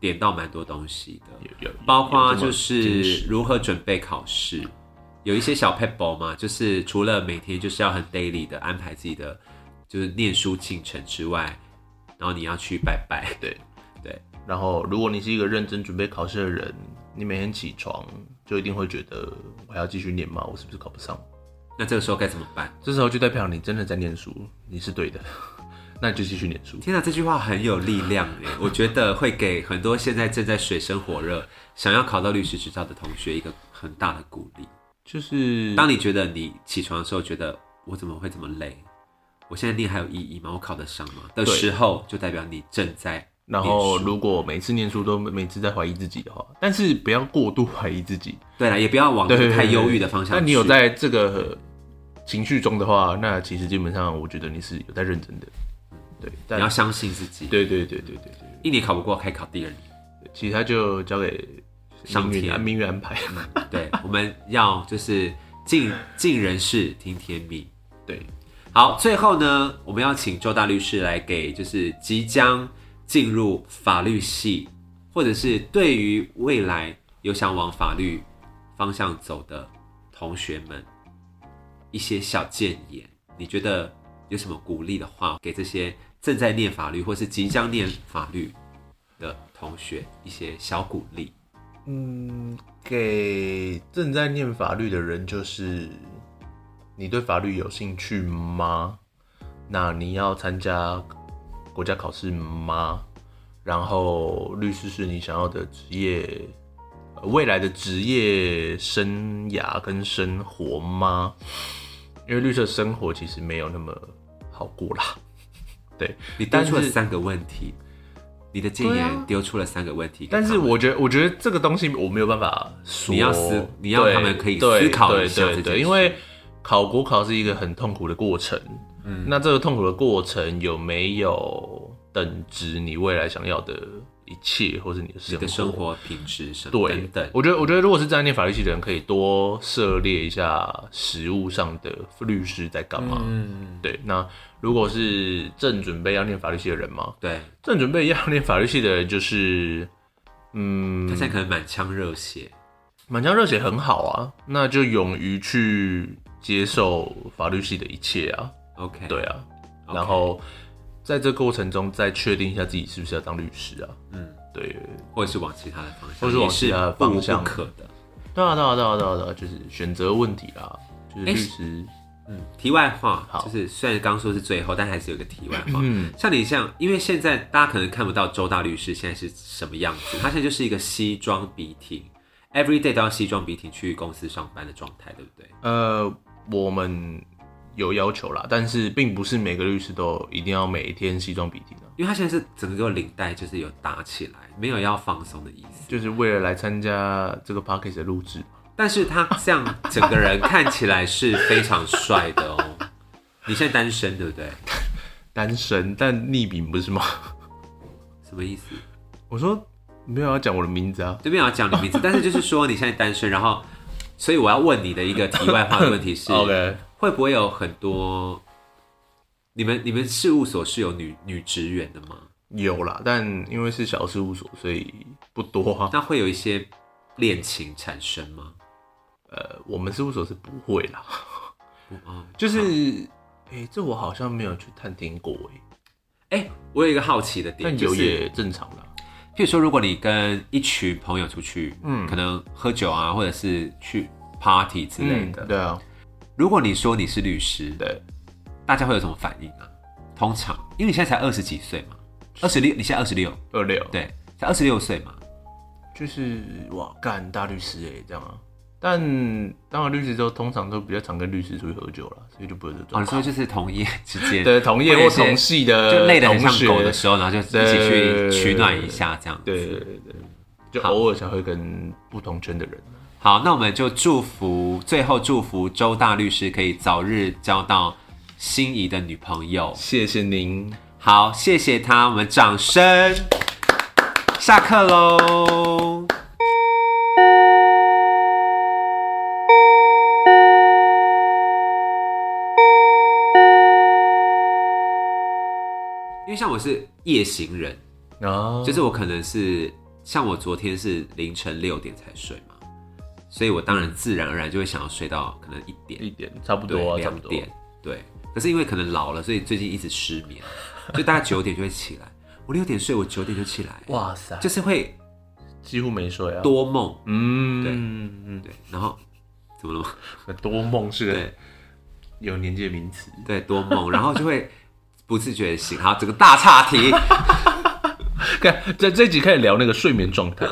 Speaker 1: 点到蛮多东西的，
Speaker 2: 有有
Speaker 1: 包括
Speaker 2: 有这么
Speaker 1: 就是如何准备考试，有一些小 p e b b l 嘛，就是除了每天就是要很 daily 的安排自己的就是念书进程之外，然后你要去拜拜，
Speaker 2: 对
Speaker 1: 对。
Speaker 2: 然后，如果你是一个认真准备考试的人，你每天起床就一定会觉得我还要继续念吗？我是不是考不上？
Speaker 1: 那这个时候该怎么办？
Speaker 2: 这时候就代表你真的在念书，你是对的， 那你就继续念书。
Speaker 1: 天哪，这句话很有力量 哎！我觉得会给很多现在正在水深火热、想要考到律师执照的同学一个很大的鼓励。
Speaker 2: 就是
Speaker 1: 当你觉得你起床的时候，觉得我怎么会这么累？我现在念还有意义吗？我考得上吗？的
Speaker 2: 对
Speaker 1: 时候，就代表你正在念
Speaker 2: 然后，
Speaker 1: 书
Speaker 2: 如果每次念书都每次在怀疑自己的话，但是不要过度怀疑自己。
Speaker 1: 对了，也不要往那个太忧郁的方向去。
Speaker 2: 那你有在这个情绪中的话，那其实基本上我觉得你是有在认真的。对，但
Speaker 1: 你要相信自己。，
Speaker 2: 对对对对对对对，
Speaker 1: 一年考不过，可以考第二年。
Speaker 2: 其他就交给
Speaker 1: 上
Speaker 2: 命运
Speaker 1: 天
Speaker 2: 安命运安排。
Speaker 1: 对，我们要就是尽尽人事，听天命。
Speaker 2: 对，
Speaker 1: 好，最后呢，我们要请周大律师来给就是即将进入法律系，或者是对于未来有想往法律方向走的同学们一些小建言。你觉得有什么鼓励的话，给这些正在念法律或是即将念法律的同学一些小鼓励？
Speaker 2: 嗯 给正在念法律的人，就是你对法律有兴趣吗？那你要参加国家考试吗？然后律师是你想要的职业，呃未来的职业生涯跟生活吗？因为律师的生活其实没有那么好过啦。 对，
Speaker 1: 你丢出了
Speaker 2: 但是
Speaker 1: 三个问题，你的建
Speaker 2: 对
Speaker 1: 言
Speaker 2: 啊
Speaker 1: 丢出了三个问题给他
Speaker 2: 但
Speaker 1: 们，
Speaker 2: 是我觉得，我觉得这个东西我没有办法说。
Speaker 1: 你要思你要
Speaker 2: 对
Speaker 1: 他们可以
Speaker 2: 对
Speaker 1: 思考一下这
Speaker 2: 对对
Speaker 1: 件
Speaker 2: 对，
Speaker 1: 事
Speaker 2: 因为考国考是一个很痛苦的过程。嗯，那这个痛苦的过程有没有等值你未来想要的一切，或是你的
Speaker 1: 你
Speaker 2: 生
Speaker 1: 的生活品质什么
Speaker 2: 对
Speaker 1: 等等。
Speaker 2: 我觉得，我觉得如果是在念法律系的人，可以多涉猎一下实务上的律师在干
Speaker 1: 啊
Speaker 2: 嘛。嗯，对。那如果是正准备要念法律系的人嘛，
Speaker 1: 对，
Speaker 2: 正准备要念法律系的人，就是嗯
Speaker 1: 他现在可能满腔热血，
Speaker 2: 满腔热血很好啊，那就勇于去接受法律系的一切啊。
Speaker 1: OK，
Speaker 2: 对啊
Speaker 1: OK
Speaker 2: 然后在这过程中再确定一下自己是不是要当律师啊。
Speaker 1: 嗯，
Speaker 2: 对，
Speaker 1: 或者是往其他的方向，
Speaker 2: 或是往其他的方向
Speaker 1: 也是不无不可的。
Speaker 2: 对啊，对啊，对啊，对啊，对啊，就是选择问题啦，就是
Speaker 1: 诶
Speaker 2: 律师。
Speaker 1: 嗯，题外话，
Speaker 2: 好嗯
Speaker 1: 就是虽然刚刚说是最后，但还是有个题外话。像你像，因为现在大家可能看不到周大律师现在是什么样子，他现在就是一个西装笔挺，every day 都要西装笔挺去公司上班的状态，对不对？
Speaker 2: 呃，我们有要求啦，但是并不是每个律师都一定要每天西装笔挺的，啊
Speaker 1: 因为他现在是整个领带就是有打起来，没有要放松的意思。
Speaker 2: 就是为了来参加这个 p o c k e t 的录制。
Speaker 1: 但是他这样整个人看起来是非常帅的哦。 你现在单身对不对？
Speaker 2: 单身但匿名不是吗？
Speaker 1: 什么意思？
Speaker 2: 我说没有要讲我的名字 啊，
Speaker 1: 对面要讲你名字，但是就是说你现在单身，然后，所以我要问你的一个题外话的问题 是
Speaker 2: OK
Speaker 1: 会不会有很多你们你们事务所是有女女职员的吗？
Speaker 2: 有啦，但因为是小事务所，所以不多啊。
Speaker 1: 那会有一些恋情产生吗？
Speaker 2: 呃，我们事务所是不会啦，
Speaker 1: 哦，
Speaker 2: 就是诶、这我好像没有去探听过诶、
Speaker 1: 哎、我有一个好奇的点，
Speaker 2: 但
Speaker 1: 就
Speaker 2: 有
Speaker 1: 是
Speaker 2: 也正常啦。
Speaker 1: 譬如说，如果你跟一群朋友出去，嗯，可能喝酒啊，或者是去 party 之类的，
Speaker 2: 对啊，
Speaker 1: 如果你说你是律师，
Speaker 2: 对，
Speaker 1: 大家会有什么反应啊？通常，因为你现在才二十几岁嘛，二十六，你现在二十六。
Speaker 2: 二六，
Speaker 1: 对，才二十六岁嘛。
Speaker 2: 就是哇，干大律师哎、这样啊。但当了律师之后，通常都比较常跟律师出去喝酒了，所以就不会有这
Speaker 1: 哦，
Speaker 2: 种啊
Speaker 1: 你说就是同业之间，
Speaker 2: 对同业
Speaker 1: 会有
Speaker 2: 或
Speaker 1: 一些
Speaker 2: 同系的
Speaker 1: 就累得很
Speaker 2: 同
Speaker 1: 像
Speaker 2: 学，
Speaker 1: 狗的时候，然后就一起去
Speaker 2: 对
Speaker 1: 取暖一下这样子。
Speaker 2: 对对对对，就偶尔才会跟不同圈的人。
Speaker 1: 好，那我们就祝福，最后祝福周大律师可以早日交到心仪的女朋友。
Speaker 2: 谢谢您，
Speaker 1: 好，谢谢他，我们掌声。下课喽。因为像我是夜行人，
Speaker 2: 啊，
Speaker 1: 就是我可能是像我昨天是凌晨六点才睡嘛，所以我当然自然而然就会想要睡到可能一点、
Speaker 2: 一点差不
Speaker 1: 对
Speaker 2: 多啊，差
Speaker 1: 两
Speaker 2: 不多。
Speaker 1: 点，对。可是因为可能老了，所以最近一直失眠，所以大概九点就会起来。我六点睡，我九点就起来，
Speaker 2: 哇塞，
Speaker 1: 就
Speaker 2: 就是
Speaker 1: 会
Speaker 2: 几乎没睡啊。，
Speaker 1: 多梦，
Speaker 2: 嗯，
Speaker 1: 对
Speaker 2: 嗯
Speaker 1: 对。然后怎么了吗？
Speaker 2: 嗯，多梦是个
Speaker 1: 对
Speaker 2: 有年纪的名词。
Speaker 1: 对，多梦，然后就会不自觉地醒。好，整个大岔题。
Speaker 2: 看，这这一集开始聊那个睡眠状态。